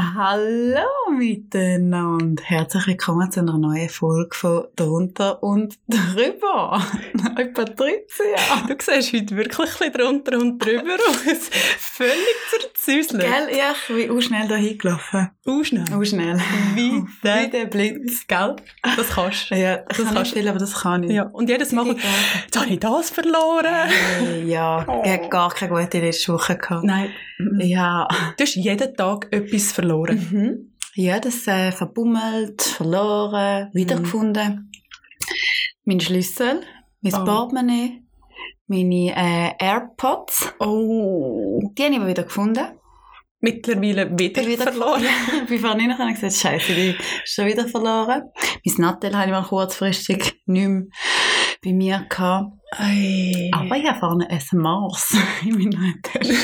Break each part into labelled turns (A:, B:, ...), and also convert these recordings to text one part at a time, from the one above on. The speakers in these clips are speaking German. A: Hallo miteinander, herzlich willkommen zu einer neuen Folge von «Drunter und drüber». Ich Patricia.
B: Du siehst heute wirklich ein bisschen drunter und drüber aus. Völlig zerzüselt.
A: Gell, ja, ich bin auch schnell da hingelaufen.
B: Auch schnell.
A: Auch schnell.
B: Wie
A: Wie
B: der...
A: der Blitz.
B: Gell? Das kannst du.
A: Ja, ich kann nicht
B: kannst-
A: viel, aber das kann ich.
B: Ja. Und jedes Mal... Jetzt habe ich das verloren.
A: Hey, Äh, ja, ich habe gar keine gute letzte Woche gehabt.
B: Nein.
A: Ja.
B: Du hast jeden Tag etwas verloren.
A: Mhm. Ja, das äh, verbummelt, verloren, wiedergefunden. Mein Schlüssel, mein
B: Oh.
A: Portemonnaie, meine äh, AirPods,
B: Oh.
A: die habe ich aber wieder gefunden.
B: Mittlerweile wieder, verloren.
A: Ja, ich bin vorhin noch und gesagt, Scheiße, die ist schon wieder verloren. Mein Nattel habe ich mal kurzfristig nicht mehr bei mir gehabt.
B: Ei.
A: Aber ich habe vorne ein Mars in meiner Tasche.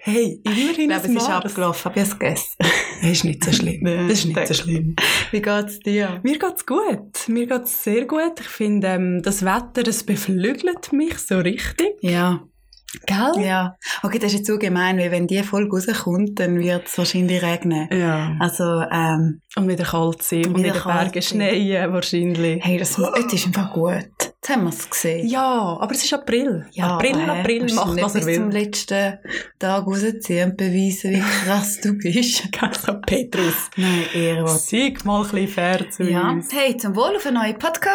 B: Hey,
A: Ich
B: immerhin
A: glaube, es
B: ein
A: ist
B: Mars.
A: abgelaufen, aber ich habe es gegessen.
B: Das ist nicht so schlimm.
A: Nein,
B: Das ist nicht so
A: danke.
B: schlimm.
A: Wie geht es dir?
B: Mir geht's gut. Mir geht's sehr gut. Ich finde, ähm, das Wetter, das beflügelt mich so richtig.
A: Ja,
B: Gell?
A: Ja, okay, das ist jetzt so gemein, weil wenn die Folge rauskommt, dann wird es wahrscheinlich regnen.
B: Ja.
A: Also, ähm,
B: Und wieder kalt sein und
A: Wieder
B: wieder
A: kalt
B: Berge
A: sein.
B: schneien wahrscheinlich.
A: hey, das, das ist einfach gut. Jetzt haben wir es gesehen.
B: Ja, aber es ist April. April,
A: aber, äh,
B: April
A: kannst du
B: macht,
A: nicht
B: was er
A: bis zum
B: will.
A: letzten Tag rausziehen und beweisen, wie krass du bist.
B: Also Petrus,
A: Nein, Ehrenwort.
B: sieg mal ein bisschen fair zu
A: Ja.
B: uns.
A: Hey, zum Wohl auf eine neue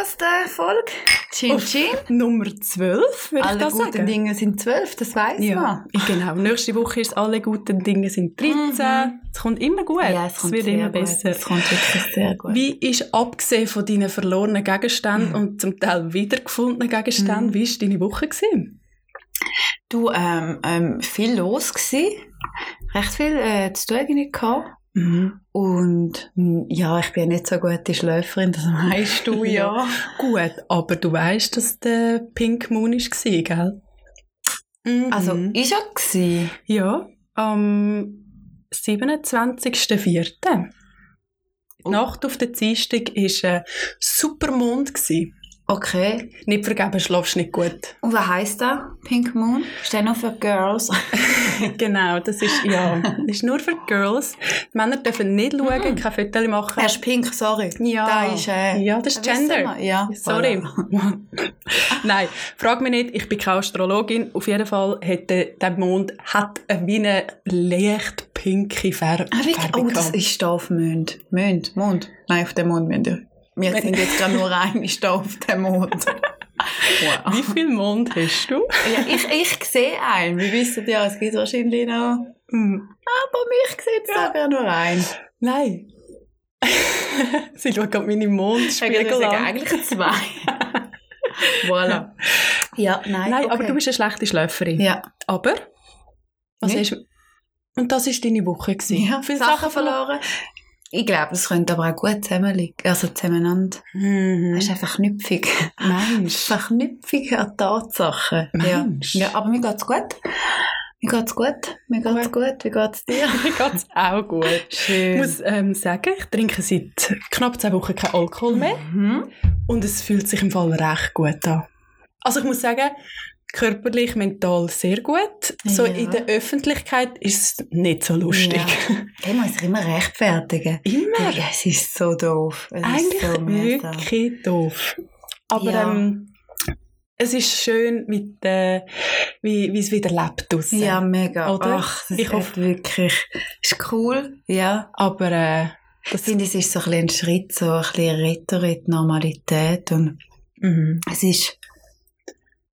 A: Podcast-Folge. Chin
B: Auf-
A: Chin.
B: Nummer 12, würde ich
A: Alle
B: das
A: guten
B: sagen.
A: Dinge sind zwölf, das weiß
B: Ja,
A: man.
B: genau. Nächste Woche ist alle guten Dinge sind
A: Mhm.
B: 13. Es kommt immer gut. wird
A: sehr
B: immer
A: gut.
B: besser.
A: Es kommt wirklich sehr gut.
B: Wie ist, abgesehen von deinen verlorenen Gegenständen und zum Teil wiedergefundenen Gegenständen,
A: Mhm.
B: wie war deine Woche? Gewesen?
A: Du, ähm, ähm, viel los gsi, recht viel äh, zu tun eigentlich gehabt. Mhm. Und mh, ja, ich bin ja nicht so gute Schläferin, das weißt du ja.
B: Gut, aber du weißt, dass der Pink Moon war, gell?
A: Also,
B: Mhm.
A: ist ja gsi.
B: Ja, am 27.04. Die
A: Oh.
B: Nacht auf den Dienstag war ein Supermond. gewesen.
A: Okay.
B: Nicht vergeben, schlafst nicht gut.
A: Und was heisst das? Pink Moon? Steht noch für Girls.
B: genau, das ist, ja, das ist nur für die Girls. Die Männer dürfen nicht schauen, keine Fotos machen.
A: Er ist pink, sorry.
B: Ja.
A: Da ist, äh,
B: ja, das ist
A: da wissen
B: Gender.
A: wir, Ja.
B: Sorry.
A: Voilà.
B: Nein, frag mich nicht, ich bin keine Astrologin. Auf jeden Fall hat der, der Mond hat eine wie eine leicht pinke Fär-
A: Ah, wirklich?
B: Färbung.
A: Oh, das
B: gehabt.
A: ist da auf dem Mond. Mond, Mond. Nein, auf dem Mond müssen wir. Wir sind jetzt gerade nur rein, ist da auf dem Mond. Wow.
B: Wie viel Mond hast du?
A: Ja, ich, ich sehe einen. Wir wissen ja, es gibt wahrscheinlich noch.
B: Hm,
A: Aber mich sieht es sogar nur ein.
B: Nein. Sie schaut gerade meine
A: Ich
B: Mondspiegel
A: sage
B: an.
A: eigentlich zwei. voilà. Ja, nein.
B: Nein,
A: okay.
B: aber du bist eine schlechte Schläferin.
A: Ja.
B: Aber, was
A: Nicht?
B: hast Und das war deine Woche. gewesen.
A: ja viele Sachen verloren. Ich glaube, das könnte aber auch gut zusammenliegen. Also zusammeneinander.
B: Mhm.
A: Das ist eine Verknüpfung.
B: Mensch.
A: Verknüpfung an Tatsachen. Ja.
B: Mensch.
A: ja, aber mir geht's gut. Mir geht's gut. Mir geht's gut. Wie geht's dir?
B: Mir geht's auch gut. Ich
A: Schön.
B: muss ähm, sagen, ich trinke seit knapp zwei Wochen keinen Alkohol mehr
A: mhm.
B: und es fühlt sich im Fall recht gut an. Also ich muss sagen, körperlich, mental sehr gut. So
A: Ja.
B: in der Öffentlichkeit ist es nicht so lustig.
A: Ja. Ich muss sich immer rechtfertigen.
B: Immer.
A: Ja, es ist so doof. Es ist
B: Eigentlich
A: so mühsam.
B: wirklich doof. Aber
A: Ja.
B: ähm, es ist schön, mit, äh, wie, wie es wieder lebt draussen.
A: Ja, mega.
B: Oder?
A: Ach, das
B: Ich
A: ist
B: hoffe-
A: wirklich ist cool. Ja.
B: Aber äh,
A: Ich finde, es ist so ein, bisschen ein Schritt, so ein bisschen Retter in die Normalität. Und
B: mhm.
A: es ist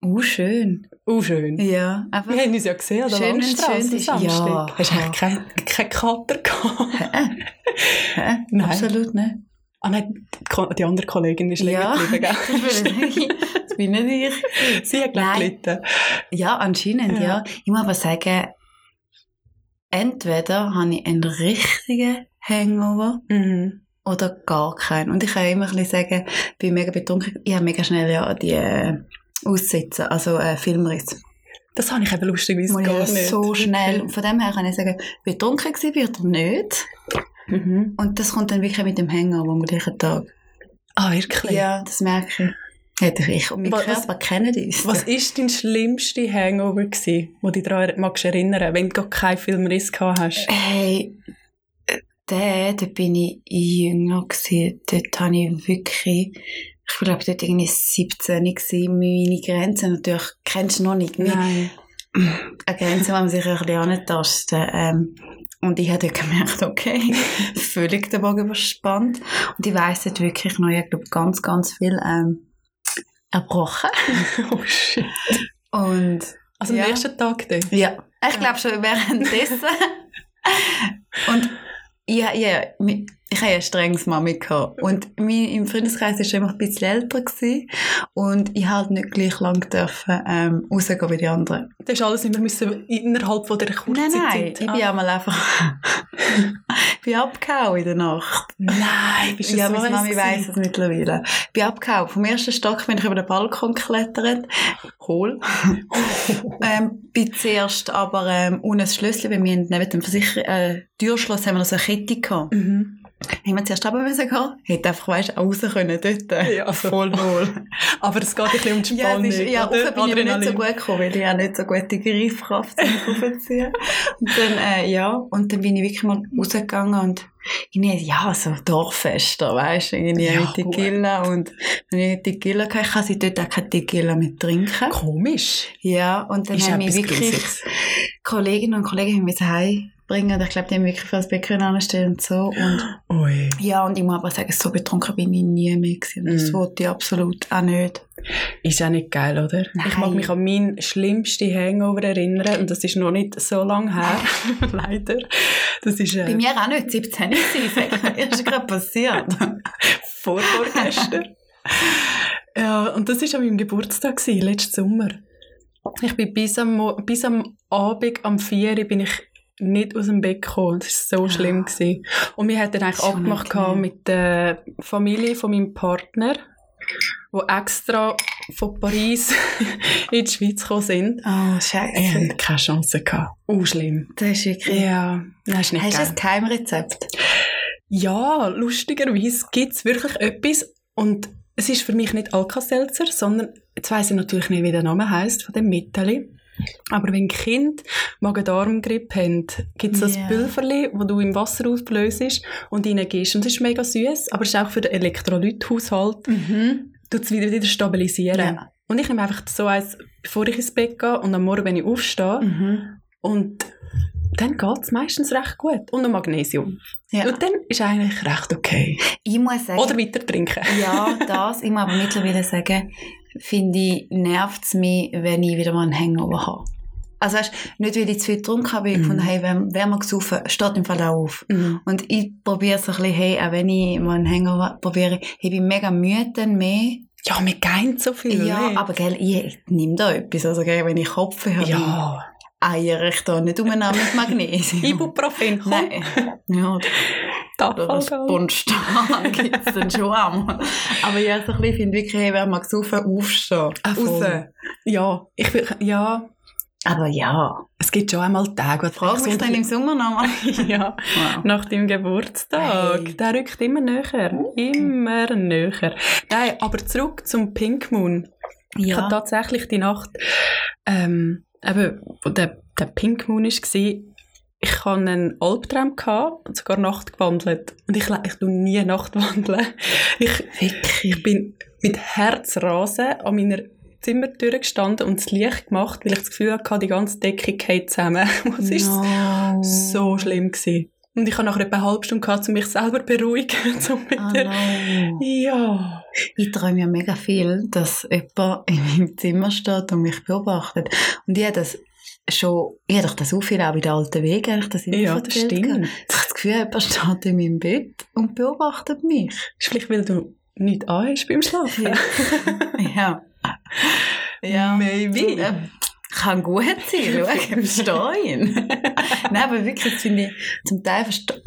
A: uh, schön.
B: auch schön.
A: Ja, einfach.
B: Wir haben uns ja gesehen an der
A: Schön, wenn's
B: Landstrasse
A: schön
B: am
A: ist.
B: Samstag.
A: Ja.
B: Hast du eigentlich keinen keinen Kater gehabt?
A: Hä?
B: Nein.
A: Absolut nicht.
B: Ah nein, die Ko- die andere Kollegin ist
A: Ja.
B: ja. geblieben, gell?
A: das bin nicht ich.
B: Sie hat
A: Nein.
B: gleich gelitten.
A: Ja, anscheinend, ja.
B: Ja.
A: Ich muss aber sagen, entweder habe ich einen richtigen Hangover
B: Mhm.
A: Oder gar keinen. Und ich kann immer ein bisschen sagen, ich bin mega betrunken. Ich habe mega schnell ja die äh, Aussitzen, also äh, Filmriss.
B: Das habe ich eben lustigerweise
A: Muss ich
B: gar
A: ja
B: nicht.
A: so schnell. Und von dem her kann ich sagen, betrunken gewesen bin oder nicht.
B: Mhm.
A: Und das kommt dann wirklich mit dem Hangover am gleichen Tag.
B: Ah, wirklich?
A: Ja, das merke ich. Hätte ich. Und mein
B: Was-
A: Körper kennen uns.
B: Was war dein schlimmster Hangover, gewesen, wo du dich daran er- magst erinnern, wenn du gar keinen Filmriss gehabt hast?
A: Hey, äh, den, da bin ich jünger gewesen. Dort habe ich wirklich, ich glaube, dort irgendwie 17 gewesen. Meine Grenzen natürlich kennst du noch nicht. Nein.
B: Nein.
A: Eine Grenze, wenn man sich ein bisschen antasten. Ähm, und ich habe dort gemerkt, okay, völlig den Bogen überspannt. Und ich weiss dort wirklich noch, ich glaube, ganz, ganz viel ähm, erbrochen.
B: Oh shit.
A: Und
B: Also am
A: Ja.
B: ersten Tag dann?
A: Ja, Ah. ich
B: Ja.
A: glaube schon währenddessen. und ja, ja, mi- ich hatte ja ein strenges Mami. Gehabt. Und mein, im Freundeskreis war schon immer ein bisschen älter. Gewesen. Und ich halt nicht gleich lang dürfen ähm, rausgehen wie die anderen.
B: Das ist alles immer müssen innerhalb von der kurzen
A: nein, nein, Ah.
B: Zeit. Ah,
A: ich bin ja mal einfach ich bin abgehauen in der Nacht.
B: nein, bist du
A: ja,
B: so
A: meine Mami
B: gewesen?
A: weiss es mittlerweile. Ich bin abgehauen. Vom ersten Stock bin ich über den Balkon geklettert. Hohl. Ähm, bin zuerst aber ähm, ohne das Schlüssel, weil wir haben neben dem Versicher äh, Türschloss haben wir noch so eine Kette gehabt.
B: Mhm.
A: Haben wir zuerst runter müssen gehen, hätte einfach, weißt du, raus können dort.
B: Ja, also. voll wohl. Aber es geht ein bisschen um die
A: Ja,
B: Spannung.
A: es ist, ja
B: oder?
A: rauf bin ich mir nicht so
B: Adrenalin.
A: gut gekommen, weil ich auch nicht so gute Greifkraft habe, um raufzuziehen. Und dann, äh, ja, und dann bin ich wirklich mal rausgegangen und irgendwie, ja, so Dorffester, weißt du, irgendwie
B: Ja,
A: mit
B: gut.
A: Tequila und wenn ich Tequila hatte, ich kann sie dort auch keine Tequila mit trinken.
B: Komisch.
A: Ja, und dann
B: Ist
A: haben wir
B: etwas
A: wirklich...
B: Grusiges.
A: Kolleginnen und Kollegen haben mich heimbringen. Ich glaube, die haben wirklich für das Bäckchen anstellen und so. Und
B: Ui.
A: ja, und ich muss aber sagen, so betrunken bin ich nie mehr gewesen. Und Das
B: Mm.
A: wollte ich absolut auch nicht.
B: Ist auch nicht geil, oder? Ich mag
A: Nein.
B: mich an meinen schlimmsten Hangover erinnern und das ist noch nicht so lange her, leider. Das ist
A: Bei
B: äh,
A: mir auch nicht, 17 war ich. Das ist gerade passiert.
B: vor vorgestern. ja, und das war an meinem Geburtstag, gewesen, letzten Sommer. Ich bin bis am, Mo- bis am Abend, am 4 Uhr, bin ich nicht aus dem Bett gekommen. Das war so
A: Ah.
B: schlimm. Gewesen. Und wir hatten eigentlich
A: Das ist
B: abgemacht gehabt
A: unangenehm.
B: mit der Familie von meinem Partner, die extra von Paris in die Schweiz gekommen sind.
A: Oh,
B: Ich
A: Scheiße.
B: hatte keine Chance. Gehabt. Oh, schlimm.
A: Das ist wirklich.
B: Ja, das ist nicht
A: Hast du ein
B: geil.
A: Geheimrezept?
B: Ja, lustigerweise gibt es wirklich etwas und es ist für mich nicht Alka-Seltzer, sondern, jetzt weiss ich natürlich nicht, wie der Name heisst, von dem Mitteli. Aber wenn Kind Magen-Darm-Grippe haben, gibt es das
A: Ja.
B: Pülverli, das du im Wasser auflöst und reingehst. Und es ist mega süß, aber es ist auch für den Elektrolythaushalt,
A: Mhm.
B: tut's wieder, wieder stabilisieren.
A: Ja.
B: Und ich nehme einfach so eins, bevor ich ins Bett gehe und am Morgen, wenn ich aufstehe,
A: Mhm.
B: Und dann geht es meistens recht gut. Und noch Magnesium.
A: ja. Oh,
B: Und dann ist eigentlich recht okay.
A: Ich muss sagen,
B: Oder weiter trinken.
A: ja, das. Ich muss aber mittlerweile sagen, finde ich, nervt es mich, wenn ich wieder mal einen Hangover habe. Also weißt, nicht, weil ich zu viel getrunken habe, weil ich
B: Mhm.
A: gefunden habe, hey, wenn, wenn man gesoffen, steht im Fall auch auf. Und ich probiere so ein bisschen, hey, auch wenn ich mal einen Hangover probiere, ich bin mega müde dann mehr.
B: Ja, mir geht so viel. ne?
A: Ja,
B: nicht?
A: aber gell, ich nehme da etwas. Also gell, wenn ich Kopfweh habe,
B: Ja,
A: eier ich da nicht umeinander mit Magnesium.
B: Ibuprofen, komm,
A: Nein. Ja,
B: da,
A: Oder das
B: Alkohol.
A: Bundstahl gibt es dann schon einmal. Aber ja, so ein bisschen finde ich wirklich, hey, wenn man gesoffen aufstehen.
B: Ah, voll.
A: Raus.
B: Ja, ich will, ja,
A: Aber ja,
B: es gibt schon einmal Tage, wo ich
A: frag mich
B: so-
A: dann im Sommer nochmal.
B: Ja,
A: Wow.
B: nach deinem Geburtstag.
A: Hey.
B: Der rückt immer näher. Immer näher. Nein, aber zurück zum Pink Moon. Ich habe
A: Ja.
B: tatsächlich die Nacht, ähm, eben, wo der, der Pink Moon war, ich hatte einen Albtraum gehabt und sogar Nacht gewandelt. Und ich, le- ich tu nie Nacht wandeln. Ich, ich bin mit Herzrasen an meiner Zimmertür gestanden und das Licht gemacht, weil ich das Gefühl hatte, die ganze Decke geht zusammen. Was ist
A: no.
B: so schlimm gewesen. Und ich habe nachher etwa eine halbe Stunde gehabt, um mich selber zu beruhigen, zum
A: Oh
B: wieder.
A: no.
B: Ja.
A: Ich träume ja mega viel, dass jemand in meinem Zimmer steht und mich beobachtet. Und ich habe das schon, ich habe doch das so viel auch bei den alten Wegen, habe ich das immer
B: Ja, das
A: erzählt.
B: stimmt.
A: gehabt. Ich habe das Gefühl, jemand steht in meinem Bett und beobachtet mich.
B: Ist vielleicht, weil du nichts anhast beim Schlafen.
A: ja.
B: Maybe.
A: Äh, Kann gut sein, schau, im Stein. Nein, aber wirklich, das finde ich zum Teil verstehe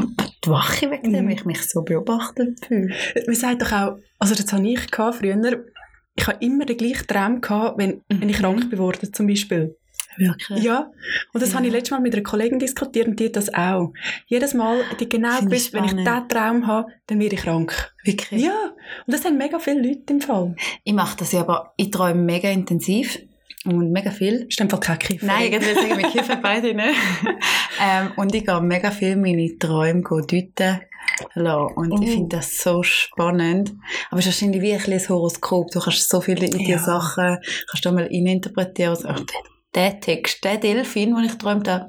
A: die Wache weg,
B: Mhm.
A: dem ich mich so beobachtet fühle.
B: Man sagt doch auch, also das hatte ich gehabt, früher, ich habe immer den gleichen Traum, gehabt, wenn, wenn
A: Mhm.
B: ich krank bin worden, zum Beispiel.
A: Wirklich.
B: Ja, und das
A: Ja.
B: habe ich letztes Mal mit einer Kollegin diskutiert und die hat das auch. Jedes Mal, die genau
A: Finde ich
B: gewusst, wenn ich
A: spannend.
B: diesen Traum habe, dann werde ich krank.
A: Wirklich.
B: Ja, und das haben mega viele Leute im Fall.
A: Ich mache das ja aber, ich träume mega intensiv. Und mega viel.
B: Ist einfach kein Kiffer.
A: Nein, ich würde sagen, wir kiffen beide nicht. ähm, und ich gehe mega viel meine Träume go deuten lassen. Und ich
B: Oh.
A: finde das so spannend. Aber es ist wahrscheinlich wie ein kleines Horoskop. Du kannst so viele in
B: Ja.
A: diese Sachen, kannst du mal interpretieren. Also, ach, der, der Text, der Delfin, den ich geträumt habe,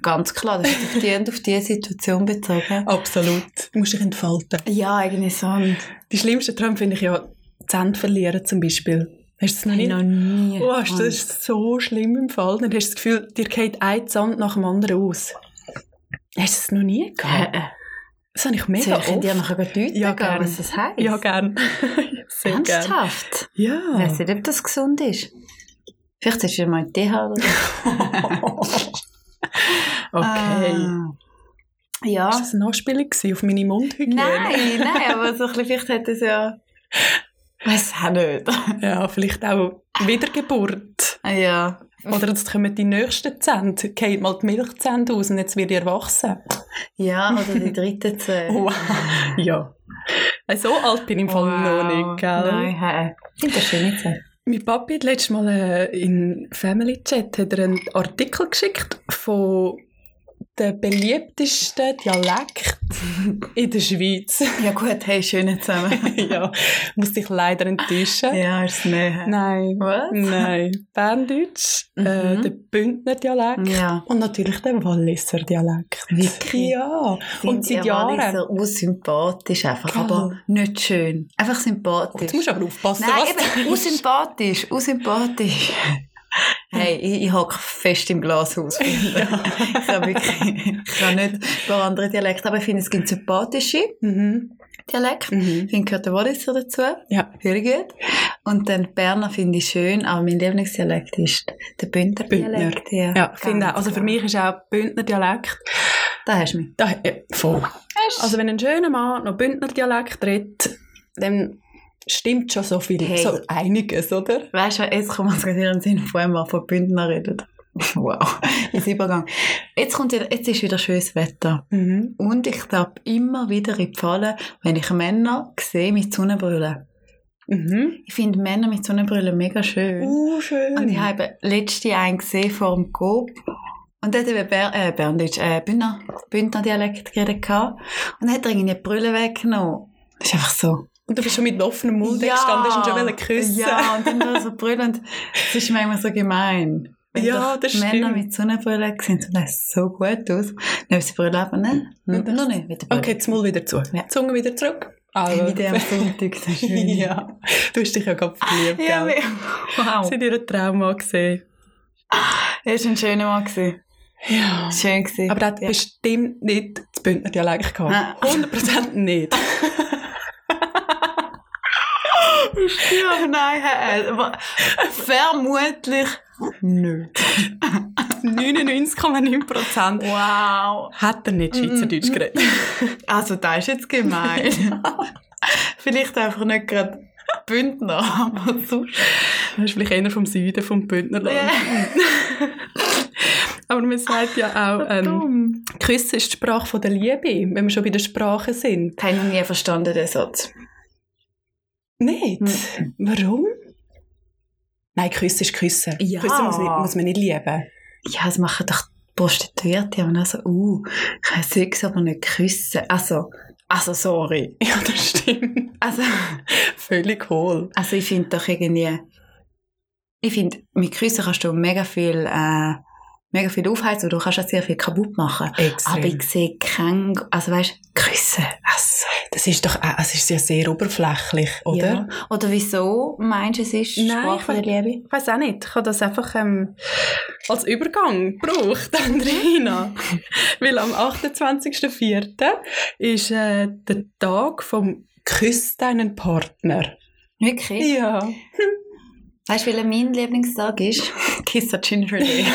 A: ganz klar, das ist auf die und auf diese Situation bezogen.
B: Absolut. Du musst dich entfalten.
A: Oh. Ja, eigentlich so. Und
B: Die schlimmsten Träume finde ich ja, Zähne verlieren zum Beispiel. Hast du das noch
A: ich
B: nicht?
A: noch nie.
B: Oh, ist das ist so schlimm im Fall. Dann hast du das Gefühl, dir geht ein Zahn nach dem anderen aus. Hast du es noch nie gehabt?
A: Äh,
B: Das habe ich
A: äh,
B: mega
A: soll ich
B: oft.
A: dir nachher deuten,
B: Ja,
A: ja,
B: gern.
A: was das heisst?
B: Ja, gern. Sehr gern.
A: Ernsthaft? Ich
B: Ja.
A: weiß nicht, ob das gesund ist. Vielleicht hast du ja mal einen TH oder so.
B: okay.
A: Ah. Ja.
B: War das ein Anspielung gewesen auf meine Mundhygiene?
A: Nein, nein, aber so ein bisschen, vielleicht hat es ja... Weiß auch nicht.
B: Ja, vielleicht auch Wiedergeburt.
A: Ah, ja.
B: Oder jetzt kommen die nächsten Zähne, geht mal die Milchzähne aus und jetzt wird ihr erwachsen.
A: Ja, oder die dritte Zähne.
B: Wow. Ja. So alt bin ich Oh, im Fall noch nicht, gell?
A: Nein, hä. Ich finde das schöne Zähne.
B: Mein Papi hat letztes Mal äh, in Family Chat hat er einen Artikel geschickt von den beliebtesten Dialekt in der Schweiz.
A: Ja gut, hey, schöne zusammen.
B: ja, muss dich leider enttäuschen.
A: ja, ist es nicht. hä?
B: Nein.
A: Was?
B: Nein. Berndeutsch,
A: Mhm.
B: äh, der Bündner Dialekt
A: Ja.
B: und natürlich der Walliser Dialekt.
A: Wirklich?
B: Ja. Oh, und seit Jahren.
A: so unsympathisch einfach,
B: Gell. Oh,
A: aber nicht schön. Einfach sympathisch.
B: Du musst aber aufpassen,
A: Nein,
B: was
A: eben,
B: du sagst.
A: unsympathisch, unsympathisch. Hey, ich, ich hocke fest im Glashaus. finde ich. Ich kann wirklich, ich kann nicht ein paar andere Dialekte, aber ich finde, es gibt sympathische
B: Mhm.
A: Dialekte.
B: Mhm.
A: Ich finde, gehört der Walliser dazu.
B: Ja.
A: Höre gut. Und dann Berner finde ich schön, aber mein Lieblingsdialekt ist der Bündner
B: Bündner.
A: Dialekt.
B: Ja, finde
A: Ganz
B: auch. Also für
A: klar.
B: mich ist auch Bündner Dialekt
A: Da hast du mich.
B: Da, ja, voll. Also wenn ein schöner Mann noch Bündner Dialekt redet, dann stimmt schon so viel,
A: Hey.
B: so einiges, oder?
A: Weißt du, jetzt kommt es gerade in den Sinn, vor allem, wenn man von Bündner redet. Wow, ist Übergang. Jetzt, kommt, wieder- jetzt ist wieder schönes Wetter.
B: Mhm.
A: Und ich tappe immer wieder in die Falle, wenn ich Männer sehe mit Sonnenbrille.
B: Mhm.
A: Ich finde Männer mit Sonnenbrille mega schön.
B: Uh, schön.
A: Und ich habe letzte einen gesehen vor dem Coop. Und dort hat er Ber äh, Berndeutsch, äh, Bündner, Bündner Dialekt geredet. gehabt. Und dann hat er irgendwie die Brille weggenommen. Das ist einfach so.
B: und du bist schon mit offenem Mund gestanden, hast ihn schon wollen küssen.
A: Ja, und dann noch so Brille. Und das ist manchmal so gemein. Wenn
B: Ja,
A: doch
B: das
A: Männer
B: stimmt.
A: mit Sonnenbrille sehen sehen so gut aus. Nehmen sie die Brille ab, ne?
B: Mhm.
A: Noch nicht mit der Brille.
B: Okay, jetzt mal wieder zu.
A: Ja.
B: Zunge wieder zurück.
A: Hey,
B: Also.
A: Wie der am Sonntag, das ist schön.
B: ja. Du hast dich ja gerade verliebt,
A: Ja,
B: gell?
A: wie- wow.
B: Sind ihr ein Trauma gesehen?
A: Er war ein schöner Mann. gewesen.
B: Ja.
A: Schön gewesen.
B: Aber er hat
A: ja.
B: bestimmt nicht das Bündner Dialekt
A: Nein.
B: gehabt. 100% nicht.
A: ja, nein, hä, äh, wa- vermutlich nicht.
B: 99,9%
A: Wow.
B: hat er nicht Schweizerdeutsch geredet.
A: Also, das ist jetzt gemein. Vielleicht einfach nicht gerade Bündner, aber sonst.
B: Er ist vielleicht einer vom Süden, vom Bündnerland. Aber man sagt ja auch, ähm,
A: Äh, Dumm.
B: Küssen ist die Sprache von der Liebe, wenn wir schon bei der Sprache sind.
A: Ich habe noch nie verstanden, den Satz.
B: Nicht?
A: Hm.
B: Warum? Nein, Küssen ist Küssen.
A: Ja.
B: Küssen muss, nicht, muss man nicht lieben.
A: Ja, das machen doch die Prostituierte. Und dann so, uh, ich kann Sex aber nicht küssen. Also, also sorry.
B: Ja, das stimmt.
A: Also...
B: Völlig hohl.
A: Also ich finde doch irgendwie, ich finde, mit Küssen kannst du mega viel, äh, mega viel aufheizen und du kannst auch sehr viel kaputt machen. Aber ich sehe kein, also weißt, Küssen, also,
B: das ist doch auch, es ist ja sehr oberflächlich, oder?
A: Ja. Oder wieso meinst du, es ist
B: Nein, ich
A: Sprache
B: weiß-
A: der Liebe?
B: Ich weiß auch nicht. Ich habe das einfach ähm, als Übergang gebraucht, Andrina. Weil am 28.04. ist äh, der Tag vom Küss deinen Partner.
A: Wirklich?
B: Ja.
A: Weißt du, welcher mein Lieblingstag ist? Kiss a Ginger Ale.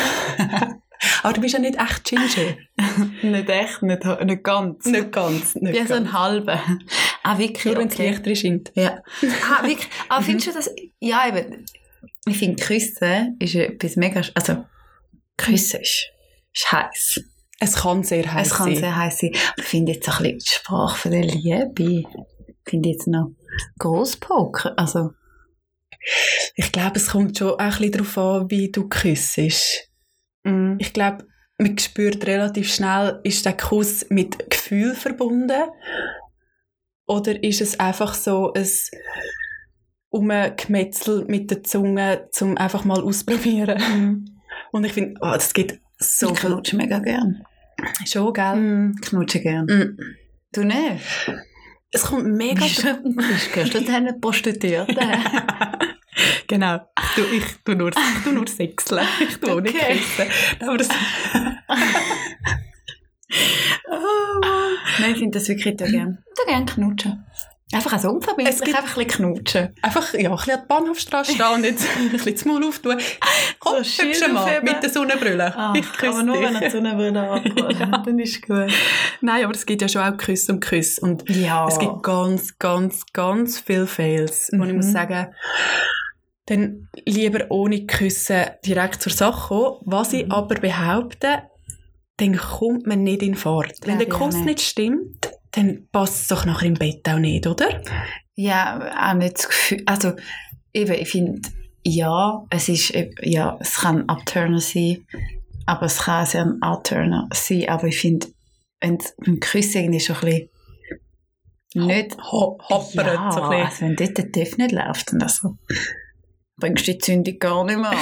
B: Aber du bist ja nicht echt Ginger.
A: nicht echt, nicht, nicht ganz.
B: nicht ganz. Nicht
A: Ja, so
B: ganz.
A: ein halber. Ah, wirklich?
B: Nur wenn es
A: okay.
B: leichter scheint.
A: Ja. Ah, wirklich. Aber findest du das? Ja, eben. Ich finde, Küssen ist etwas mega. sch- Also, Küssen ist, ist heiß.
B: Es kann sehr heiß
A: Es kann
B: sein.
A: sehr heiß sein. Aber ich finde jetzt auch ein bisschen die Sprache von der Liebe. Finde ich jetzt noch gross poker. Also,
B: Ich glaube, es kommt schon auch ein bisschen darauf an, wie du küssest.
A: Mhm.
B: Ich glaube, man spürt relativ schnell, ist der Kuss mit Gefühl verbunden oder ist es einfach so ein Umgemetzel mit der Zunge, zum einfach mal ausprobieren.
A: Mhm.
B: Und ich finde, oh, das gibt so
A: ich
B: viel.
A: knutsche mega gern.
B: Schon, gell?
A: Mhm. Knutsche gern.
B: Mm.
A: Du nicht?
B: Es kommt mega
A: Bist
B: drauf-
A: du gehörst du diesen Prostituierten?
B: Genau. Du, ich tu nur, ich tu nur sechseln. Ich tu auch nicht
A: Okay.
B: küssen. Aber das... oh, Mann.
A: Nein, ich finde das wirklich da gern. Da gern knutschen. Einfach also unverbindlich,
B: Es gibt-
A: einfach ein bisschen knutschen.
B: Einfach ja, ein bisschen an der Bahnhofstrasse stehen und jetzt ein bisschen das Maul auftun.
A: So
B: Komm,
A: ein
B: so
A: Schild
B: hübscher Mann
A: aufheben.
B: mit der Sonnenbrille. Ah, ich küsse dich.
A: so eine Brille abholt.
B: Ja.
A: Dann ist gut.
B: Nein, aber es gibt ja schon auch Küsse um Küsse. Und
A: Ja.
B: Es gibt ganz, ganz, ganz viele Fails. Und ich
A: Ah. Mhm.
B: muss sagen, dann lieber ohne Küssen direkt zur Sache kommen. Was ich
A: Mhm.
B: aber behaupte, dann kommt man nicht in Fahrt. Wenn
A: Glaube
B: der
A: ich auch
B: Kuss
A: nicht.
B: nicht stimmt, dann passt es doch nachher im Bett auch nicht, oder?
A: Ja, auch nicht das Gefühl. Also, eben, ich finde, ja, es ist, eben- ja, es kann ein Upturner sein, aber es kann auch sehr ein Outturner sein, aber ich finde, wenn es beim Küssen irgendwie schon ein bisschen nicht
B: Ho hoppert
A: ja,
B: so ein bisschen.
A: also wenn dort der Tiff nicht läuft, dann also, bringst du die Zündung gar nicht mehr an.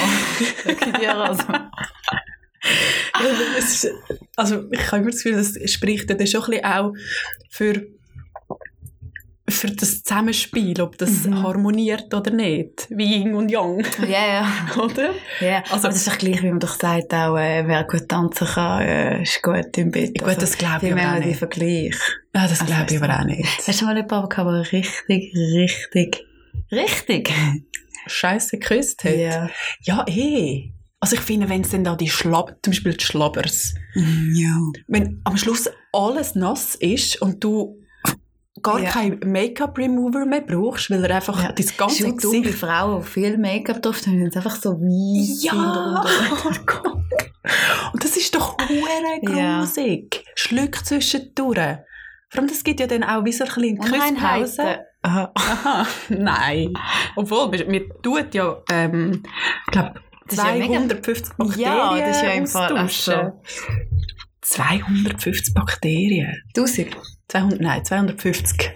A: Sag ich dir also.
B: Ja, es ist- Also ich habe immer das Gefühl, das spricht dann schon ein bisschen auch für, für das Zusammenspiel, ob das
A: Mhm.
B: harmoniert oder nicht. Wie Yin und Yang,
A: Ja, ja.
B: oder?
A: Ja, dus also,
B: Also-
A: das ist doch gleich, wie man doch sagt, auch, äh, wer gut tanzen kann, äh, ist gut im Bett.
B: Gut, das glaube ich
A: wir
B: aber auch
A: haben den
B: nicht.
A: Vergleich.
B: Ah, das
A: Also,
B: glaube ich
A: weißt
B: aber
A: du-
B: auch nicht.
A: Hast du mal jemanden gehabt, der richtig, richtig, richtig?
B: Scheiße geküsst hat.
A: Ja.
B: Ja, eh. Also ich finde, wenn es dann da die Schlapp, zum Beispiel die Schlabbers,
A: ja.
B: wenn am Schluss alles nass ist und du gar
A: Ja.
B: kein Make-up-Remover mehr brauchst, weil er einfach
A: Ja.
B: das
A: Ganz
B: ganze
A: so dumm, die
B: Gesicht...
A: Frauen, die viel Make-up drauf haben, sind einfach so weiß.
B: Ja! Oh Gott. Und das ist doch hure
A: Äh, Ja.
B: grusig. Schluck zwischendurch. Vor allem, das gibt ja dann auch wie so ein bisschen Küsspause.
A: Unreinheiten. Aha.
B: Aha, nein. Obwohl, wir- wir tun ja, ähm, ich glaube,
A: Das ist ja mega-
B: 250 Bakterien
A: Ja, das ist ja im Fall-
B: austauschen.
A: also.
B: 250 Bakterien.
A: Tausend.
B: 200, nein, 250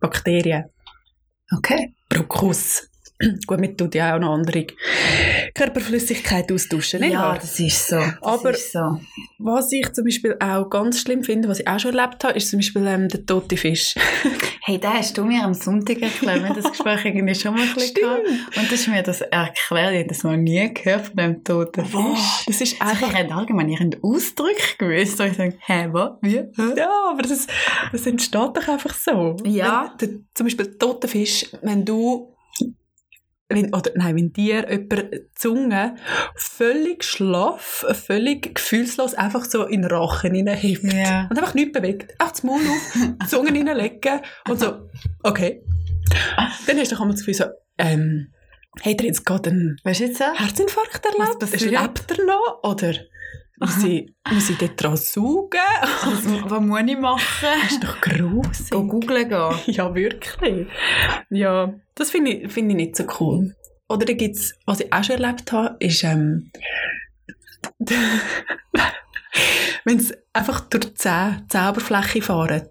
B: Bakterien
A: Okay.
B: pro Kuss. Gut, wir tun ja auch noch andere Körperflüssigkeit austauschen. Nicht
A: ja,
B: wahr?
A: das ist so. Das
B: Aber-
A: ist so.
B: Was ich zum Beispiel auch ganz schlimm finde, was ich auch schon erlebt habe, ist zum Beispiel ähm, der tote Fisch.
A: Hey, da hast du mir am Sonntag erklärt, wir haben das Gespräch irgendwie schon mal ein bisschen gehabt. Und du hast mir das erklärt, ich habe das noch nie gehört von dem toten
B: Wow,
A: Fisch.
B: das ist
A: Also
B: einfach
A: ich habe allgemein ihren Ausdruck gewusst. Und ich denke, hä, was, wie, hä?
B: Ja, aber das, das entsteht doch einfach so.
A: Ja.
B: Wenn, der, zum Beispiel toter Fisch, wenn du, wenn, oder nein, wenn dir jemand die Zunge völlig schlaff, völlig gefühlslos einfach so in den Rachen hineinhebt
A: Ja.
B: und einfach nichts bewegt, einfach das Maul auf, die Zunge hineinlegen und so, okay. Dann hast du doch immer das Gefühl so, ähm, hat er jetzt gerade einen
A: Weißt du jetzt so?
B: Herzinfarkt erlebt?
A: Was passiert?
B: Lebt er noch? Oder muss ich, muss ich dort dran saugen?
A: Was, was muss ich machen?
B: Das ist doch gross.
A: Go googlen gehen.
B: Ja, wirklich. Ja, das finde ich, finde ich nicht so cool. Oder da gibt es, was ich auch schon erlebt habe, ist, ähm, wenn es einfach durch die Zäh- Zähnoberfläche fahren.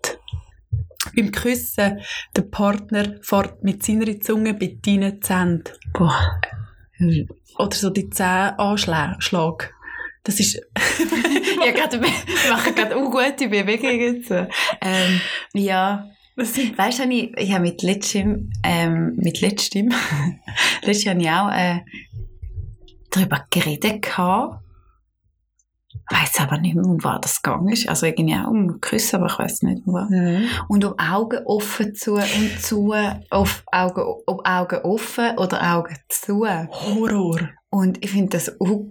B: Beim Küssen, der Partner fährt mit seiner Zunge bei deinen Zähnen.
A: Boah.
B: Oder so die Zähne anschlag. Das ist,
A: Ja, gerade, wir machen gerade ungute Bewegungen jetzt. Ähm, ja.
B: das sind
A: Weißt du, ich, ich habe mit letztem, ähm, mit letztem, letztes habe ich auch äh, darüber geredet gehabt. Ich weiß aber nicht mehr, um was das gegangen ist. Also irgendwie auch um Küssen, aber ich weiß nicht mehr. was. Und um Augen offen zu und zu, auf Augen, ob Augen offen oder Augen zu.
B: Horror.
A: Und ich finde das auch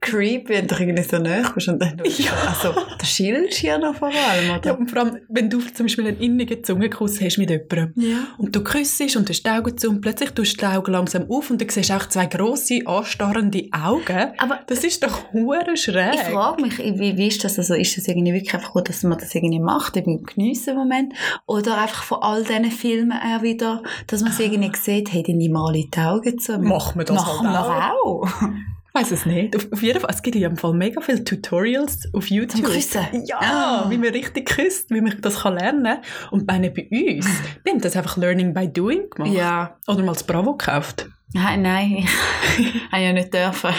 A: creepy, wenn du irgendwie so nahe bist und dann du,
B: Ja.
A: also, da schillst hier noch vor allem,
B: Ja,
A: oder?
B: und vor allem, wenn du zum Beispiel einen innigen Zungenkuss hast mit jemandem
A: Ja.
B: und du küsst und hast die Augen zu und plötzlich tust du die Augen langsam auf und dann siehst du auch zwei grosse, anstarrende Augen.
A: Aber
B: Das ist doch hure schräg.
A: ich frage mich, wie, wie ist das? Also, ist das irgendwie wirklich einfach gut, dass man das irgendwie macht, eben im Geniessen-Moment? Oder einfach von all diesen Filmen auch wieder, dass man es irgendwie sieht, hey, die nehmen alle die Augen zu.
B: Machen wir das
A: Machen
B: halt
A: wir auch.
B: Ich weiß es nicht. Auf, auf jeden Fall, es gibt ja im Fall mega viele Tutorials auf YouTube.
A: Zum Küssen?
B: Ja,
A: Ah.
B: wie man richtig küsst, wie man das kann lernen Und bei einer bei uns, wir haben das einfach Learning by Doing gemacht.
A: Ja.
B: Oder mal das Bravo gekauft.
A: Nein, nein, ich habe ja nicht dürfen.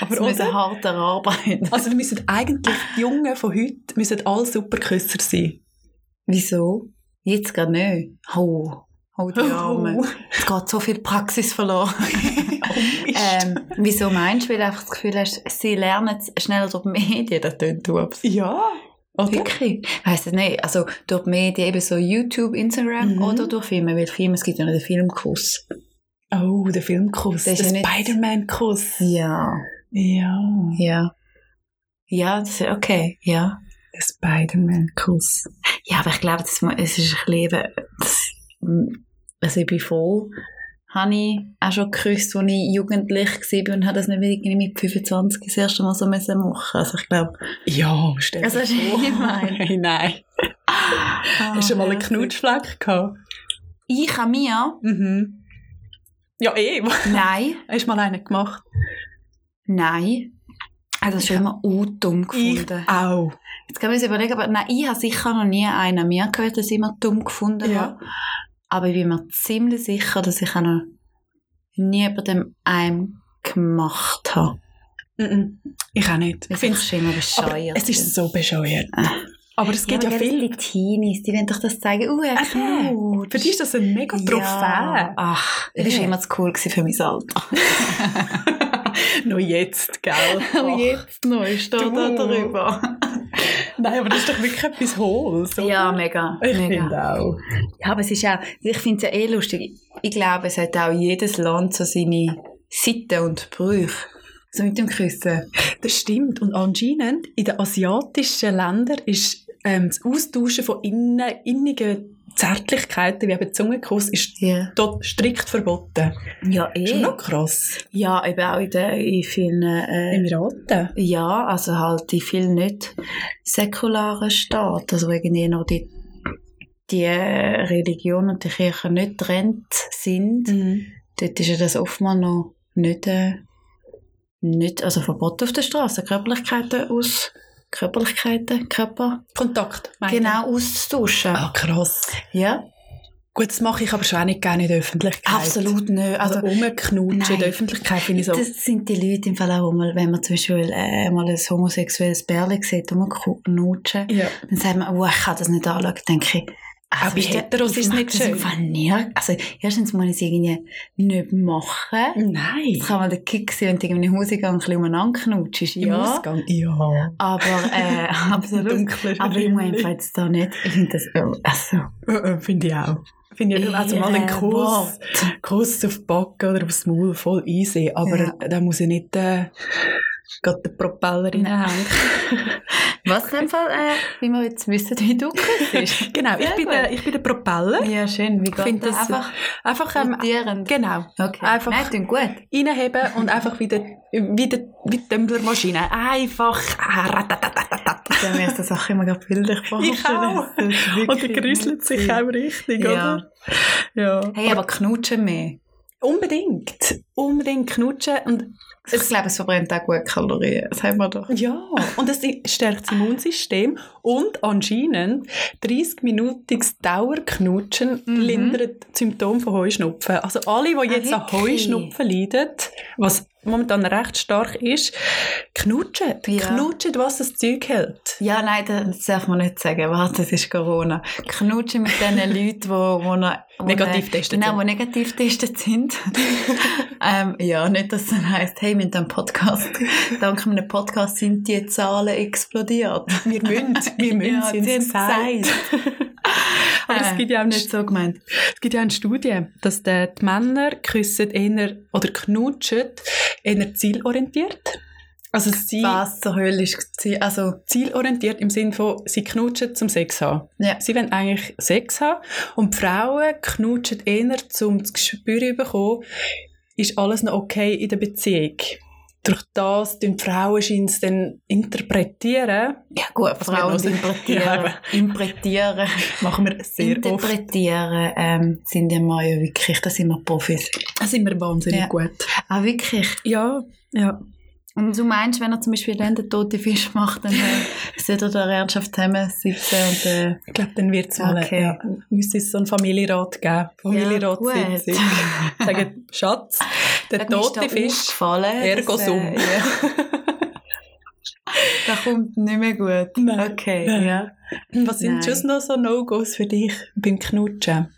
B: Aber
A: Das muss
B: oder?
A: eine harte Arbeit.
B: Also wir müssen eigentlich die Jungen von heute müssen alle Superküsser sein.
A: Wieso? Jetzt gerade nicht. Oh, oh die Arme.
B: Oh,
A: Es geht so viel Praxis verloren.
B: Mist.
A: ähm, wieso meinst du, weil du einfach das Gefühl hast, sie lernen es schneller durch die Medien, das tönt du ab.
B: Ja, oder?
A: Wirklich? Weißt du nicht? Also durch die Medien, eben so YouTube, Instagram
B: Mhm.
A: oder durch Filme, weil Filme, es gibt ja noch den Filmkuss.
B: Oh, der Filmkuss,
A: Das
B: der
A: ist ja nicht-
B: Spider-Man-Kuss.
A: Ja.
B: Ja,
A: Ja. Ja, das ist okay, ja.
B: der Spider-Man-Kuss.
A: Ja, aber ich glaube, das, mu- es ist ein bisschen, eben- das, m- also ich bin froh, habe ich auch schon geküsst, als ich jugendlich war und habe das nicht irgendwie mit 25 das erste Mal so müssen machen Also ich glaube...
B: Ja, stell dir
A: Also,
B: vor.
A: ich meine-
B: Hey, nein. Hast du mal einen Knutschfleck gehabt?
A: Ich an mir?
B: Mhm. Ja, eh.
A: Nein.
B: Hast du mal einen gemacht?
A: Nein. Also das ist schon immer auch dumm gefunden.
B: auch.
A: Jetzt kann man sich überlegen, aber nein, ich habe sicher noch nie einen an mir gehört, dass ich immer dumm gefunden
B: Ja.
A: habe. Aber ich bin mir ziemlich sicher, dass ich auch noch nie über dem einen gemacht habe.
B: Mhm. Ich auch nicht. Ich
A: Ich finde
B: find's-
A: es immer
B: aber
A: bescheuert.
B: es ist so bescheuert. Aber es gibt ja, viel.
A: viele Teenies, die wollen doch das zeigen. Uh,
B: Eben.
A: Knutsch.
B: Für dich ist das ein mega
A: Ja.
B: Trophäe.
A: Ach, das
B: Ja.
A: war immer zu cool gewesen für mein Alter.
B: Nur jetzt, gell? Ach.
A: jetzt noch ist
B: da- da drüber. Nein, aber das ist doch wirklich etwas Hohles. oder?
A: Ja, mega.
B: Ich
A: mega.
B: finde auch.
A: Ja, aber es ist auch, ich finde es ja eh lustig. Ich glaube, es hat auch jedes Land so seine Sitten und Brüche. So mit dem Küssen.
B: Das stimmt. Und anscheinend in den asiatischen Ländern ist ähm, das Austauschen von innen, innigen Zärtlichkeiten, wie eben Zungenkuss, ist
A: Ja.
B: dort strikt verboten.
A: Ja,
B: Schon
A: eh.
B: noch krass.
A: Ja, eben auch in, den, in vielen äh,
B: Emiraten.
A: Ja, also halt in vielen nicht säkularen Staaten, also irgendwie noch die, die äh, Religion und die Kirche nicht getrennt sind,
B: Mhm.
A: dort ist ja das oftmals noch nicht, äh, nicht also Verbot auf der Straße, Körperlichkeiten aus, Körperlichkeiten, Körper,
B: Kontakt. meine
A: genau auszutauschen.
B: ich. Ah, krass.
A: Ja,
B: Gut, das mache ich aber schon auch nicht gerne in der Öffentlichkeit.
A: absolut nicht. Also,
B: Also rumknutschen in
A: Nein.
B: der Öffentlichkeit finde ich so.
A: Das sind die Leute im Fall auch, wo man- wenn man zum Beispiel äh, mal ein homosexuelles Bärli sieht, rumknutschen,
B: ja.
A: Dann sagt man, oh, ich kann das nicht anschauen, Dann denke ich. «Ah,
B: Aber bei Heteros ist es nicht schön.
A: Vanier, also erstens muss ich es irgendwie nicht machen.
B: Nein.
A: Es kann mal der Kick sein, wenn du irgendwie in den Hausgang ein bisschen umeinander knutschst,
B: Im
A: ja.
B: Ausgang. Ja.
A: Aber, äh, absolut.
B: Dunkler.
A: Aber ich muss einfach jetzt da nicht, ich finde das, äh, also.
B: Äh, äh, Finde ich auch. Finde ich, also mal einen
A: Äh,
B: Kuss, Kuss auf die Backe oder aufs Maul, voll easy, aber
A: Ja.
B: da muss ich nicht äh, gerade den Propeller
A: Nein.
B: reinhängen.
A: Was in dem Fall, äh, wie wir jetzt wissen, wie du bist.
B: Genau, ich
A: Sehr
B: bin,
A: gut.
B: der, ich bin der Propeller.
A: Ja, schön, wie geht
B: Find
A: das?
B: das-
A: Einfach
B: Einfach ähm,
A: rotierend.
B: genau,
A: Okay.
B: einfach-
A: Nein, klingt gut.
B: reinheben und einfach wieder wie, der, wie die Tumblermaschine. Einfach. ah, ratatatatat.
A: Ich habe mir das auch immer gerade bildlich
B: auch. Und er gruselt sich auch richtig,
A: Ja.
B: oder? Ja.
A: Hey, aber knutschen mehr.
B: Unbedingt. Unbedingt knutschen und
A: Ich glaube, es verbrennt auch gut Kalorien. Das haben wir doch.
B: Ja, und es stärkt das Immunsystem und anscheinend 30-minütiges Dauerknutschen
A: Mhm.
B: lindert die Symptome von Heuschnupfen. Also alle, die jetzt an
A: wirklich?
B: Heuschnupfen leiden, was momentan recht stark ist, knutschen.
A: Ja.
B: Knutschen, was das Zeug hält.
A: Ja, nein, das darf man nicht sagen. Warte, es ist Corona. Knutschen mit den Leuten, die wo, wo noch- wo
B: Negativ
A: noch-
B: getestet
A: Genau, die negativ getestet sind. ähm, ja, nicht, dass es dann heisst, hey, mit dem Podcast, dank einem Podcast sind die Zahlen explodiert.
B: Wir müssen, wir müssen,
A: Ja,
B: sie haben's
A: sie haben's
B: gesagt. Aber es gibt ja auch
A: nicht so gemeint.
B: Es gibt ja eine Studie, dass äh, die Männer küssen eher, oder knutschen eher zielorientiert. Also sie
A: Was zur Hölle ist gewesen? Also,
B: zielorientiert im Sinne von, sie knutschen zum Sex haben.
A: Ja.
B: Sie wollen eigentlich Sex haben. Und die Frauen knutschen eher, um das Gespür zu bekommen, ist alles noch okay in der Beziehung. Durch das tun die Frauen scheinbar dann interpretieren.
A: ja gut,
B: Was wir
A: Frauen
B: hören. Ja,
A: interpretieren.
B: eben.
A: Interpretieren.
B: Machen wir sehr oft.
A: interpretieren ähm, sind ja mal ja wirklich, da sind wir Profis.
B: Da sind wir wahnsinnig
A: Ja.
B: gut.
A: Ah, wirklich?
B: Ja, ja.
A: Und du meinst, wenn er zum Beispiel dann den toten Fisch macht, dann äh, sollte er da ernsthaft zusammensitzen und äh,
B: Ich glaube, dann wird es mal
A: Okay.
B: ja, müsste es so einen Familienrat geben. Familienratssitzung.
A: gut.
B: Sagen, Schatz, der
A: Hat mir ist da
B: tote Fisch,
A: aufgefallen,
B: ergo
A: dass, äh,
B: sum.
A: ja. Da kommt nicht mehr gut.
B: Nein.
A: Okay,
B: Nein.
A: ja.
B: Was sind
A: Nein.
B: schon noch so No-Gos für dich beim Knutschen?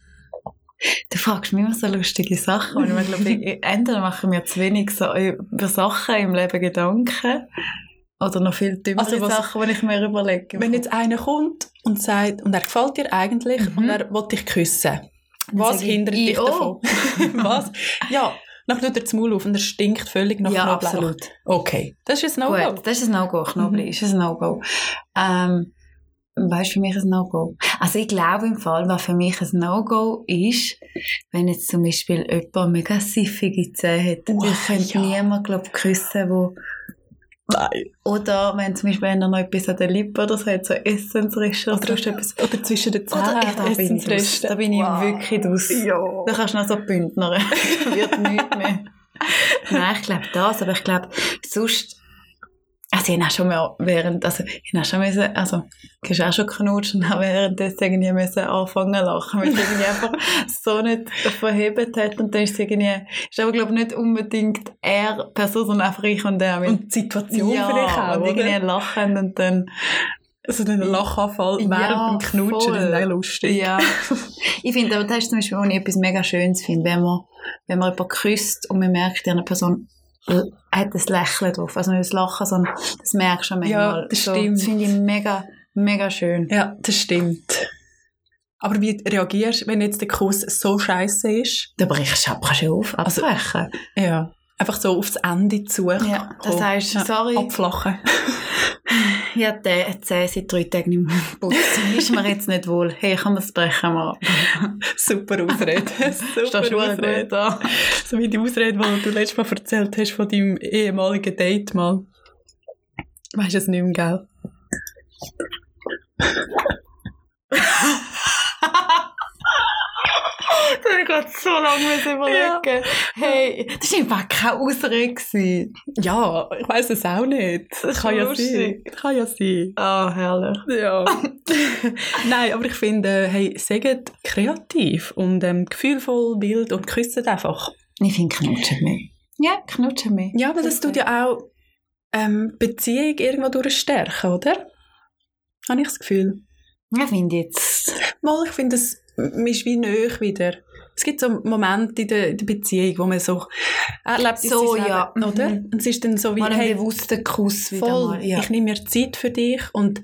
A: Du fragst mich immer so lustige Sachen. Und ich glaube, ich- entweder machen wir zu wenig so äh, über Sachen im Leben Gedanken oder noch viel dümmere
B: Also was-
A: Sachen, die ich mir überlege.
B: Wenn jetzt einer kommt und sagt, und er gefällt dir eigentlich
A: Mhm.
B: und er will dich küssen,
A: Dann
B: was
A: sag ich, oh."
B: hindert dich
A: «Io.»
B: davon? was? Ja, dann tut er das Maul auf und er stinkt völlig nach
A: ja,
B: Knoblauch.
A: absolut.
B: Okay, das ist ein No-Go.
A: Gut, das ist ein No-Go. Knoblauch
B: Oh, Mhm.
A: ist ein No-Go. Ähm, weißt du, für mich ein No-Go? Also ich glaube im Fall, was für mich ein No-Go ist, wenn jetzt zum Beispiel jemand mega siffige Zähne hat.
B: Uah,
A: ich könnte
B: ja.
A: niemanden, glaube ich, küssen, wo...
B: Nein.
A: Oder wenn zum Beispiel einer noch etwas an der Lippe oder so hat, so Essensreste oder
B: Oder,
A: sonst etwas.
B: oder zwischen den Zähnen.
A: Oder ich, Ah, da bin ich raus.
B: Essensreste.
A: Da bin ich
B: Wow.
A: wirklich raus.
B: Ja.
A: Da kannst du noch so bündnern. da wird nichts mehr. Nein, ich glaube das, aber ich glaube, sonst. Also, ich habe auch schon mal während. Also, ich habe auch schon müssen. Also, du hast auch schon knutschen, aber währenddessen irgendwie müssen anfangen zu lachen, weil sie irgendwie einfach so nicht verhebt hat. Und dann ist sie irgendwie. Ist aber, glaube ich, nicht unbedingt er Person, sondern einfach ich und er. weil-
B: Und die Situation vielleicht auch,
A: und irgendwie
B: oder?
A: lachend und dann.
B: Also einen Lachanfall
A: Ja,
B: während dem Knutschen, das ist
A: voll.
B: auch lustig.
A: Ja. ich finde, aber das ist zum Beispiel, wo ich etwas mega Schönes finde, wenn man, wenn man jemanden küsst und man merkt, die andere Person l- hat ein Lächeln drauf. Also nicht das Lachen, sondern das merkst du manchmal.
B: Ja, das
A: so,
B: stimmt.
A: Das finde ich mega, mega schön.
B: Ja, das stimmt. Aber wie reagierst du, wenn jetzt der Kuss so scheiße ist?
A: Da brichst du ab, kannst du auf,
B: Also-
A: abbrechen.
B: Ja. Einfach so aufs Ende zu.
A: ja, das heißt,
B: Ja.
A: sorry,
B: Abflachen.
A: ich habe den Zeh seit drei Tagen nicht mehr geputzt. Ist mir jetzt nicht wohl. Hey, kann man das brechen mal?
B: Super Ausrede. Super
A: Stehst du verdammt
B: Ausrede.
A: gut da?
B: So wie die Ausrede, die du letztes Mal erzählt hast von deinem ehemaligen Date mal. Weißt du es nicht mehr, gell?
A: Da habe ich gerade so lange müssen überlegen. Hey, das war im Fall keine Ausrede. gewesen.
B: Ja, ich weiß es auch nicht.
A: ist
B: Kann ja sein.
A: lustig.
B: Kann ja sein.
A: Ah, herrlich.
B: Ja. Nein, aber ich finde, hey, seid kreativ und ähm, gefühlvoll, wild und küsst einfach.
A: Ich finde knutschen mehr. Ja, knutschen mehr.
B: Ja, aber das tut ja auch ähm, Beziehung irgendwo durch stärken, oder? Habe ich das Gefühl.
A: Ich finde jetzt...
B: Mal, ich finde, es man ist wie nöch wieder. Es gibt so Momente in der, in der Beziehung, wo man so er lebt
A: So,
B: sein
A: ja.
B: Leben, oder?
A: Mhm.
B: Und es ist dann so wie,
A: Mal einen
B: hey,
A: bewussten Kuss wieder
B: voll,
A: mal. Ja.
B: ich nehme mir Zeit für dich und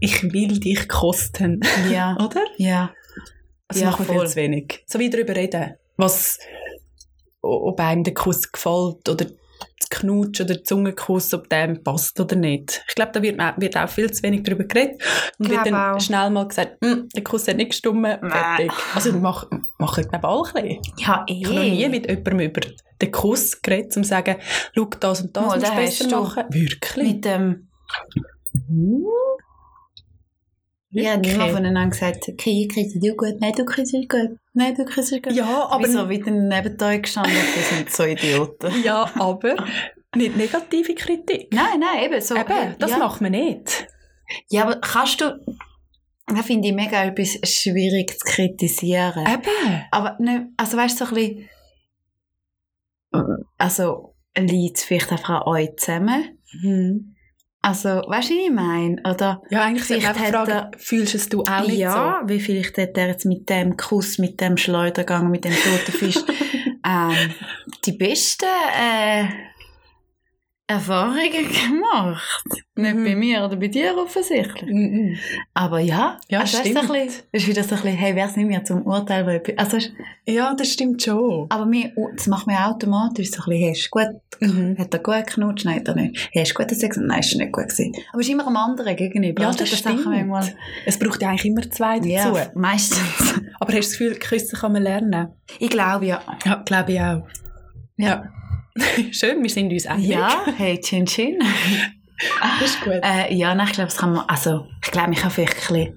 B: ich, ich will dich kosten,
A: ja.
B: oder?
A: ja.
B: Das
A: Ja,
B: machen wir viel
A: voll.
B: zu wenig. So wie darüber reden, was, o- ob einem der Kuss gefällt oder das Knutsch oder der Zungenkuss, ob dem passt oder nicht. Ich glaube, da wird, man- wird auch viel zu wenig darüber geredet und wird
A: Glaub
B: dann
A: auch.
B: schnell mal gesagt,
A: Hm,
B: «Mm, der Kuss hat nicht gestummen,
A: Nein.
B: fertig. Also mach- machen glaube ich alle ein bisschen.
A: Ja, eh.
B: Ich habe noch nie mit jemandem über den Kuss geredet, um zu sagen, schau, das und das
A: Mal,
B: musst du
A: den
B: besser
A: hast du.
B: machen. Wirklich?
A: Mit dem... Wir haben immer voneinander gesagt, okay, ich kriege du gut, nein, du kriegst es gut, nein, du kriegst es gut.
B: ja,
A: aber
B: aber
A: so wieder neben dir gestanden, wir sind so Idioten.
B: Ja, aber nicht negative Kritik.
A: Nein, nein, eben so. hey,
B: Eben, das
A: ja.
B: macht man nicht.
A: Ja, aber kannst du... Das finde ich mega etwas schwierig zu kritisieren.
B: Eben.
A: Aber ne, also weißt du, so ein bisschen, also liegt es vielleicht einfach an euch zusammen? Also, weißt du, wie ich meine? Oder,
B: Ja, eigentlich sollte man
A: Vielleicht
B: einfach
A: hat
B: fragen, fühlst du es du auch nicht
A: ja, wie vielleicht hat er jetzt mit dem Kuss, mit dem Schleudergang, mit dem toten Fisch ähm, die besten äh, Erfahrungen gemacht. Nicht
B: Mhm.
A: bei mir oder bei dir offensichtlich.
B: Mhm.
A: Aber ja,
B: Ja,
A: also
B: stimmt.
A: Ist, so ein bisschen, ist wieder so ein bisschen, hey, wer sind wir zum Urteil? Weil, ich- also ist,
B: Ja, das stimmt schon.
A: aber mir, oh, das macht mir automatisch so ein bisschen, hey, ist gut,
B: Mhm.
A: hat er gut geknutscht, nein, hat er nicht. Hey, ist gut, dass er gesagt nein, ist nicht gut gewesen. Aber ist immer am anderen gegenüber.
B: Ja,
A: Also,
B: das
A: Sachen
B: stimmt.
A: manchmal-
B: Es braucht ja eigentlich immer zwei dazu.
A: Ja, meistens.
B: Aber hast du das Gefühl, Küssen kann man lernen?
A: Ich glaube ja.
B: Ja, glaube ich auch. Ja. Schön, wir sind uns einig.
A: Ja, hey, chin chin.
B: das ist gut.
A: Äh, ja, nein, ich glaube, das kann man, also, ich glaube, ich kann vielleicht ein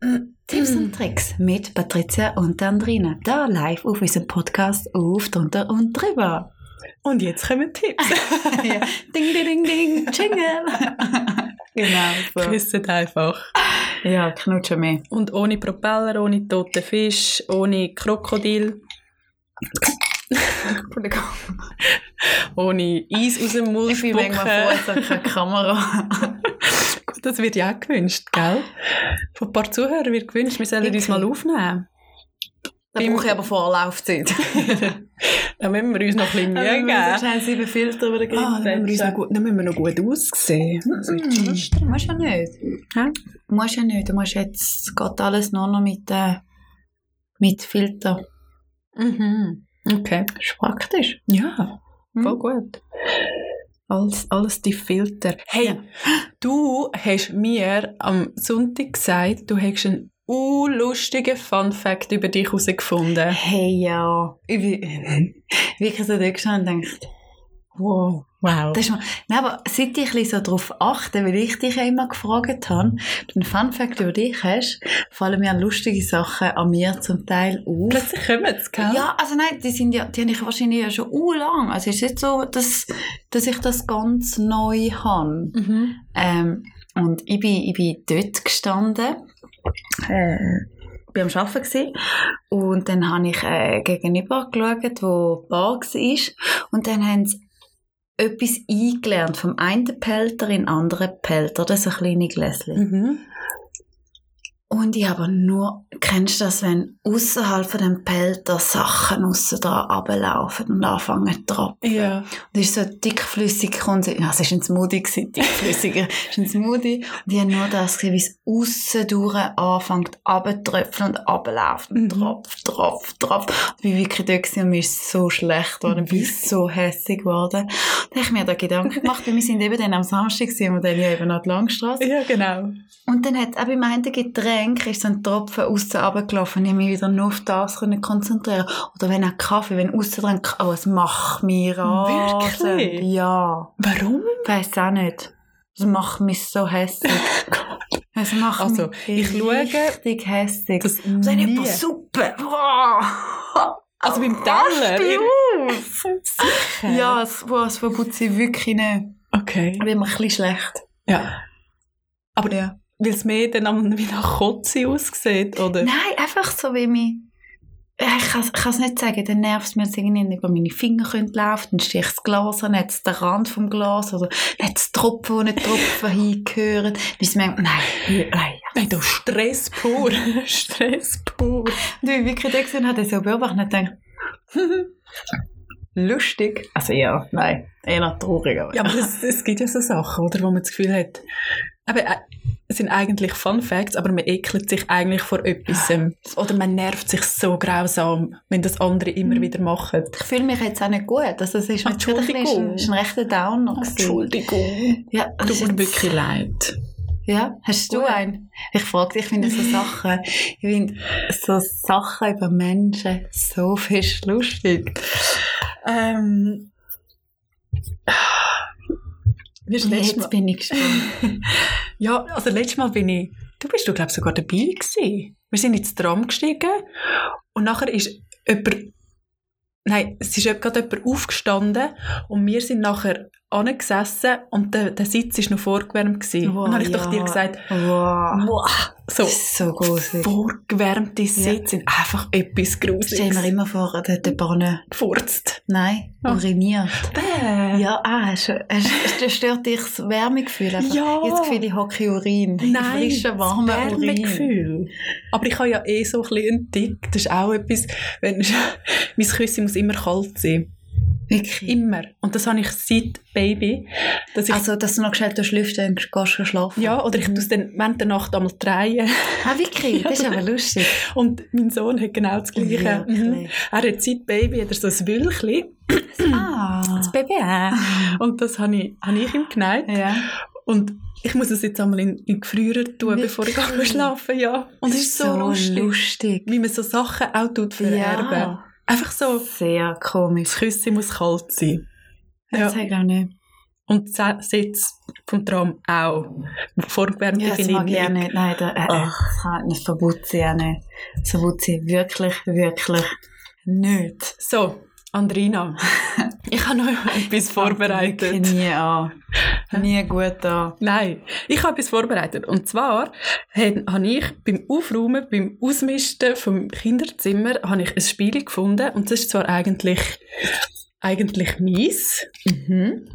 A: bisschen Tipps und Tricks mit Patricia und Andrina. Da live auf unserem Podcast auf, drunter und drüber.
B: Und jetzt kommen Tipps.
A: ja. Ding, ding, ding, ding, jingle. genau so.
B: Küssen einfach.
A: Ja, knutschen mehr.
B: Und ohne Propeller, ohne toten Fisch, ohne Krokodil, ohne Eis aus dem Mund
A: Ich bin manchmal
B: spucken.
A: froh, dass ich keine Kamera
B: Gut, Das wird ja auch gewünscht, gell? Von ein paar Zuhörern wird gewünscht, wir sollen uns mal aufnehmen.
A: Da brauche ich aber Vorlaufzeit.
B: Dann müssen wir uns noch ein bisschen Mühe
A: Dann müssen wir
B: geben. Mhm.
A: wahrscheinlich sieben Filter über den Grill
B: Ah, dann, müssen wir uns noch
A: setzen.
B: gut, dann müssen wir noch gut aussehen.
A: Mm. Musst ja nicht.
B: Hä?
A: Musst ja nicht. Du musst jetzt, geht alles nur noch mit, äh, mit Filter.
B: Mhm. Okay. Mhm.
A: Das ist praktisch.
B: Ja.
A: Hm?
B: Voll gut. Alles, alles die Filter. Hey,
A: Ja.
B: du hast mir am Sonntag gesagt, du hättest einen unlustigen Fun-Fact über dich herausgefunden.
A: Hey, ja. Ich bin wirklich so da gestanden und gedacht, wow.
B: Wow.
A: Das ist mal, nein, aber seit ich ein bisschen so darauf achte, weil ich dich ja immer gefragt habe, den Fun Fact über dich hast, fallen mir lustige Sachen an mir zum Teil auf.
B: Plötzlich kommen sie, gell?
A: Ja, also nein, die, sind ja, die habe ich wahrscheinlich ja schon urlang. Also es ist nicht so, dass, dass ich das ganz neu habe.
B: Mhm.
A: Ähm, und ich bin, ich bin dort gestanden. Äh, ich war am Arbeiten gewesen. und dann habe ich äh, gegenüber geschaut, wo die Bar war. Und dann haben sie etwas eingelernt vom einen Pelter in den anderen Pelter. Das ist ein kleines Gläschen.
B: Mhm.
A: Und ich aber nur, kennst du das, wenn außerhalb von dem Pelter Sachen aussen da runterlaufen und anfangen zu droppen?
B: Ja.
A: Das ist so dickflüssig Konsum. Ja, es war ein Smoothie, gewesen, dickflüssiger. es war ein Smoothie. Und ich habe nur das gesehen, wie es aussen durch anfängt runterzutröpfeln und runterläuft. Und
B: Mhm.
A: Tropf, Tropf, Tropf. Und ich war wirklich da gewesen und mir ist so schlecht geworden. Ich bin so hässig geworden. Da habe ich mir da Gedanken gemacht, weil wir sind eben dann am Samstag, sind wir dann ja eben an der Langstrasse.
B: Ja, genau.
A: Und dann hat auch bei meinem Getränk ist so ein Tropfen aussen runtergelaufen. Ich konnte mich wieder nur auf das können konzentrieren. Oder wenn auch Kaffee, wenn aussen dran, aber es macht mir an.
B: Wirklich?
A: Ja.
B: Warum?
A: Ich weiss auch nicht. Es macht mich so hässlich. es macht
B: Also,
A: mich
B: ich schaue,
A: richtig hässlich.
B: Das
A: Und dann
B: nie.
A: über Suppe. Boah.
B: Also beim Teller.
A: Rastet
B: ihr- Sicher?
A: Oh, Ja, es, boah, es verputze ich wirklich nicht.
B: Okay.
A: Ich bin mir ein bisschen schlecht.
B: Ja. Aber
A: Ja.
B: weil es mehr dann am- wie nach Kotze aussieht, oder?
A: Nein, einfach so wie mich. Ja, Ich kann es nicht sagen, dann nervt es mir, dass irgendwie nicht über meine Finger könnte laufen, dann sticht das Glas an, nicht den Rand vom Glas oder nicht das Tropfen, die nicht Tropfen hingehören. Bis man denkt, nein, ah, nein.
B: Nein, das ist Stress pur. Stress pur.
A: Und wie ich wirklich da gesehen habe, so beobachtet und denke, lustig. Also ja, nein, eher traurig. Aber.
B: Ja, aber es, es gibt ja so Sachen, oder, wo man das Gefühl hat, aber äh, es sind eigentlich Fun Facts, aber man ekelt sich eigentlich vor etwas. Oder man nervt sich so grausam, wenn das andere immer
A: Ah. Mhm.
B: wieder machen.
A: Ich fühle mich jetzt auch nicht gut. Also, es ist jetzt gerade ein bisschen-
B: Entschuldigung.
A: es ist ein rechter Downer. gewesen.
B: Entschuldigung.
A: Ja, das ist
B: Tut mir
A: jetzt-
B: wirklich leid.
A: Ja, hast du
B: Gut.
A: einen? Ich frage dich, ich finde so Sachen, ich finde so Sachen über Menschen so fest lustig.
B: Ähm. Wir sind letztes
A: Jetzt
B: Mal,
A: bin ich gespannt.
B: ja, also letztes Mal bin ich, du bist du glaube sogar dabei gewesen. Wir sind ins Tram gestiegen und nachher ist jemand, nein, es ist gerade jemand aufgestanden und wir sind nachher angesessen und der, der Sitz war noch vorgewärmt. Gewesen.
A: Wow,
B: und dann habe ich doch
A: ja.
B: dir gesagt,
A: Wow,
B: «Wow, so
A: das ist so gruselig.
B: vorgewärmte Sitze sind einfach etwas
A: Stell mir
B: Gruseliges.
A: immer vor, da hat jemand eine-
B: Gefurzt.
A: nein,
B: Ah.
A: uriniert.
B: Bäh.
A: Ja, ah, hast, du- hast, das stört dich das Wärmegefühl einfach.
B: Ja.
A: Jetzt fühle ich hocke Urin.
B: Nein,
A: Frische,
B: das
A: warme Urin.
B: Wärmegefühl. Aber ich habe ja eh so ein bisschen einen Tick. Das ist auch etwas, wenn mein Küsse muss immer kalt sein.
A: Wirklich.
B: Immer. Und das habe ich seit Baby. Dass ich,
A: also, Mhm. dass du noch gescheit lüften und gehst schlafen.
B: ja, oder ich tue es dann während der Nacht einmal drehen.
A: Ah, wirklich? Das ist aber lustig.
B: Und mein Sohn hat genau das Gleiche. Mhm.
A: Wirklich.
B: Er hat seit Baby hat er so ein Wülchli.
A: Ah.
B: Das Baby. Und das habe ich, habe ich ihm geneigt.
A: Ja.
B: Und ich muss es jetzt einmal in, in den Gefrierer tun, bevor ich
A: Wirklich?
B: gehe schlafen Ja. Und es ist so, lustig,
A: lustig.
B: wie man so Sachen auch tut vererben.
A: Ja.
B: Einfach so,
A: Sehr komisch.
B: das Küsse muss kalt sein.
A: Das
B: Ja.
A: habe ich glaube nicht.
B: Und der Sitz vom Tram auch. Vorgewärmte
A: Ja, das mag ich auch
B: Linie.
A: nicht. Nein, da, äh, äh, das kann das verwutze ich auch nicht. Das verwutze ich wirklich, wirklich nicht.
B: So, Andrina, ich habe noch etwas
A: Wirklich
B: vorbereitet.
A: Nie an. Nie gut an.
B: Nein, ich habe etwas vorbereitet. Und zwar habe habe ich beim Aufräumen, beim Ausmisten vom Kinderzimmer, habe ich ein Spiel gefunden. Und das ist zwar eigentlich, eigentlich meins.
A: Mhm.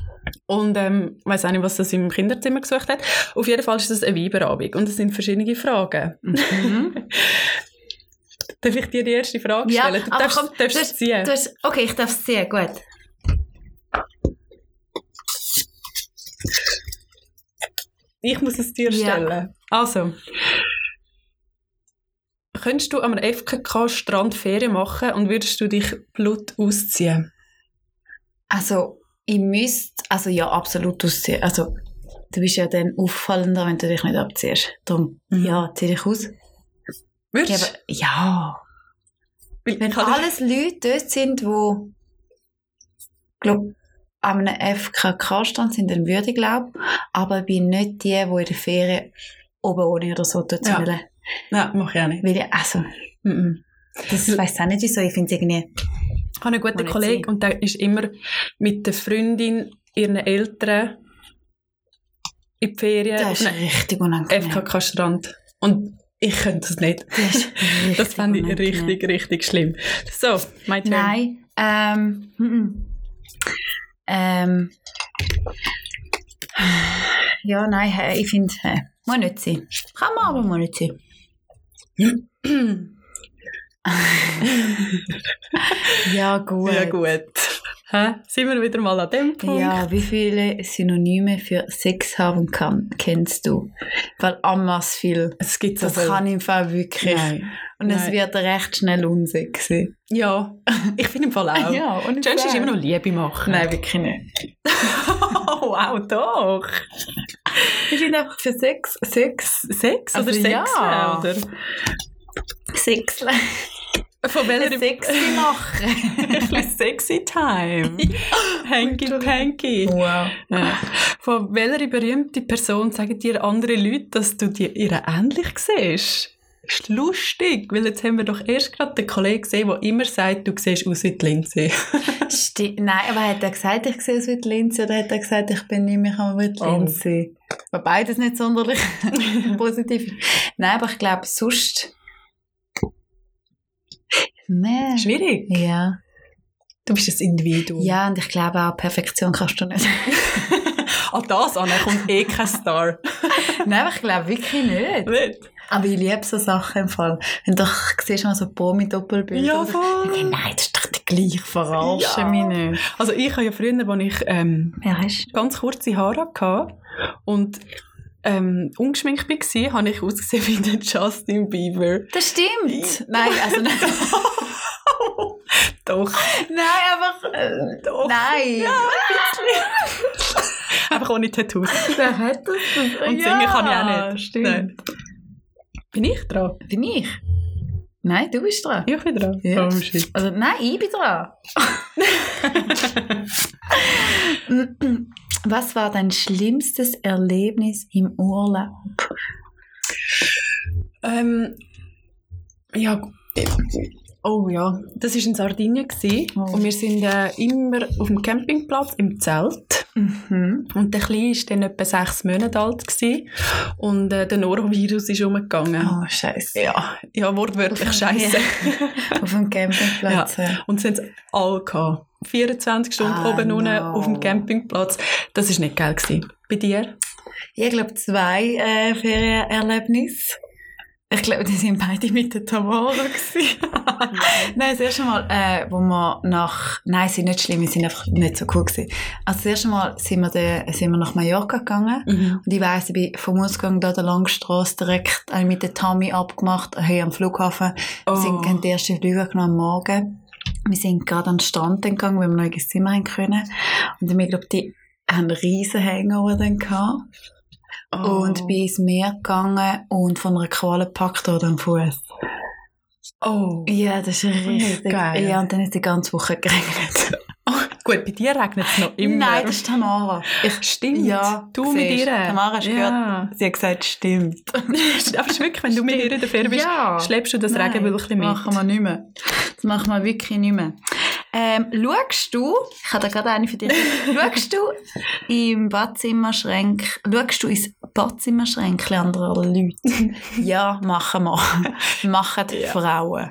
B: Und ähm, ich weiß auch nicht, was das im Kinderzimmer gesucht hat. Auf jeden Fall ist das eine Weiberabend. Und es sind verschiedene Fragen.
A: Mhm.
B: Darf ich dir die erste Frage
A: Ja,
B: stellen? Du
A: aber
B: darfst,
A: komm,
B: darfst
A: du-
B: es ziehen.
A: Du hast, okay, ich darf es sehen, gut.
B: Ich muss es dir
A: Ja.
B: stellen. Also. Könntest du am FKK-Strand Ferien machen und würdest du dich Blut ausziehen?
A: Also, ich müsste, also ja, absolut ausziehen. Also, du bist ja dann auffallender, wenn du dich nicht abziehst. Darum,
B: Mhm.
A: ja, zieh dich aus. Ja,
B: Würdest
A: aber, ja.
B: Weil
A: Wenn
B: ich habe-
A: alles Leute dort sind, die glaub, an einem FKK-Stand sind, dann würde ich glauben. Aber ich bin nicht die, die in der Ferien oben ohne oder so tut
B: Ja.
A: ja. Weil
B: Nein, mache ich auch nicht.
A: ich, also,
B: Mhm.
A: das weiss auch nicht wieso. Ich finde es irgendwie...
B: Ich habe einen
A: Muss
B: guten
A: nicht
B: Kollegen
A: sein.
B: und der ist immer mit der Freundin, ihren Eltern in die Ferien
A: Das ist
B: auf einem
A: richtig unangenehm.
B: FKK-Strand. Und ich könnte das nicht.
A: Das, ist richtig
B: Das fände ich
A: unangenehm.
B: richtig, richtig schlimm. So, mein Turn.
A: Nein. Ähm, mhm. ähm, ja, nein, hä, ich finde, hä, muss nicht sein. Kann man, aber muss nicht sein. ja, gut.
B: Ja, gut. Hä? Sind wir wieder mal an dem Punkt?
A: Ja, wie viele Synonyme für Sex haben kann, kennst du? Weil anders viel.
B: Es gibt so
A: Das
B: viel.
A: kann ich im Fall wirklich.
B: Nein.
A: Und es
B: Nein.
A: wird recht schnell unsexy.
B: Ja, ich finde im Fall auch.
A: und
B: Das Schönste ist immer noch Liebe machen.
A: Nein, wirklich nicht.
B: Oh, wow, doch.
A: Ich finde einfach für Sex, Sex,
B: Sex
A: Also
B: oder Sex?
A: ja.
B: Oder?
A: Sex,
B: Von welcher
A: sexy machen.
B: bisschen sexy time. Hanky panky.
A: Wow.
B: Ja. Von welcher berühmten Person sagen dir andere Leute, dass du dir ihre ähnlich siehst? Ist lustig, weil jetzt haben wir doch erst gerade den Kollegen gesehen, der immer sagt, du siehst aus wie die Lindsay.
A: Sti Nein, aber hat er gesagt, ich sehe aus wie die Linse oder hat er gesagt, ich bin nicht mehr wie die
B: Oh.
A: Linse? Aber beides nicht sonderlich positiv. Nein, aber ich glaube, sonst... Nein.
B: Schwierig.
A: Ja.
B: Du bist ein Individuum.
A: ja, und ich glaube auch, Perfektion kannst du nicht.
B: An Ah, das an kommt eh kein Star.
A: Nein, aber ich glaube wirklich nicht.
B: Nicht?
A: Aber ich liebe so Sachen im Fall. Wenn du doch siehst, mal so Promi-Doppelbilder.
B: Ja,
A: und so-
B: voll.
A: Hey, nein, das ist doch die gleiche verarsche
B: Ja.
A: mich nicht.
B: Also ich habe ja früher, als ich ähm,
A: Ja, hast
B: ganz kurze Haare hatte und ähm, ungeschminkt war, habe ich ausgesehen wie der Justin Bieber.
A: Das stimmt. Nein, also nicht.
B: Doch.
A: nein, einfach. Äh,
B: Doch.
A: nein. Ja.
B: Einfach ohne Tattoos.
A: Wer hat das? Und
B: Und singen kann ich auch nicht.
A: Stimmt.
B: Nein. Bin ich dran?
A: Bin ich? Nein, du bist dran.
B: Ich bin dran.
A: Ja.
B: Oh shit.
A: Also nein, ich bin dran. Was war dein schlimmstes Erlebnis im Urlaub?
B: Ähm, ja, gu- oh ja, das war in Sardinien gewesen.
A: Oh.
B: und wir sind äh, immer auf dem Campingplatz im Zelt
A: Mhm.
B: und der Kleine war dann etwa sechs Monate alt gewesen. und äh, der Norovirus ist umgegangen.
A: Oh, Scheiße.
B: Ja, ja, wortwörtlich scheiße.
A: Auf dem Campingplatz. Ja.
B: Und sie haben es alle gehabt. 24 Stunden
A: Ah,
B: oben unten
A: no.
B: auf dem Campingplatz. Das war nicht geil. Gewesen. Bei dir?
A: Ich glaube, zwei äh, Ferienerlebnisse. Ich glaube, die sind beide mit der Tamara gewesen. Oh, nein, das erste Mal, äh, wo wir nach, nein, sie sind nicht schlimm, wir sind einfach nicht so cool gewesen. Also das erste Mal sind wir, de, sind wir nach Mallorca gegangen
B: Mhm.
A: und ich weiss, ich bin vom Ausgang da der Langstrasse direkt habe ich mit der Tami abgemacht, hey, am Flughafen. Wir sind haben die ersten Flüge genommen am Morgen. Wir sind gerade an den Strand dann gegangen, weil wir noch ins Zimmer haben können. Und ich glaube, die haben einen riesen Hangover dann gehabt
B: Oh.
A: und bin ins Meer gegangen und von einer Qualle gepackt oder am Fuß.
B: Oh.
A: Ja, das ist
B: richtig geil.
A: Ja, und dann ist die ganze Woche geregnet.
B: Gut, bei dir regnet es noch immer.
A: Nein, das ist Tamara. Ich,
B: stimmt.
A: Ja,
B: du mit
A: siehst,
B: ihr.
A: Tamara hast
B: ja.
A: sie hat gesagt, stimmt.
B: Aber es ist wirklich, wenn du mit ihr in der Fähre bist,
A: ja.
B: schleppst du das
A: Nein,
B: Regenwölkchen mit.
A: machen wir nicht mehr. Das machen wir wirklich nicht mehr. Ähm, schaust du, ich habe da gerade eine für dich, schaust du im Badzimmerschränk, schaust du ins Badzimmerschränkchen anderer Leute? ja, machen wir. Machen die
B: Ja.
A: Frauen.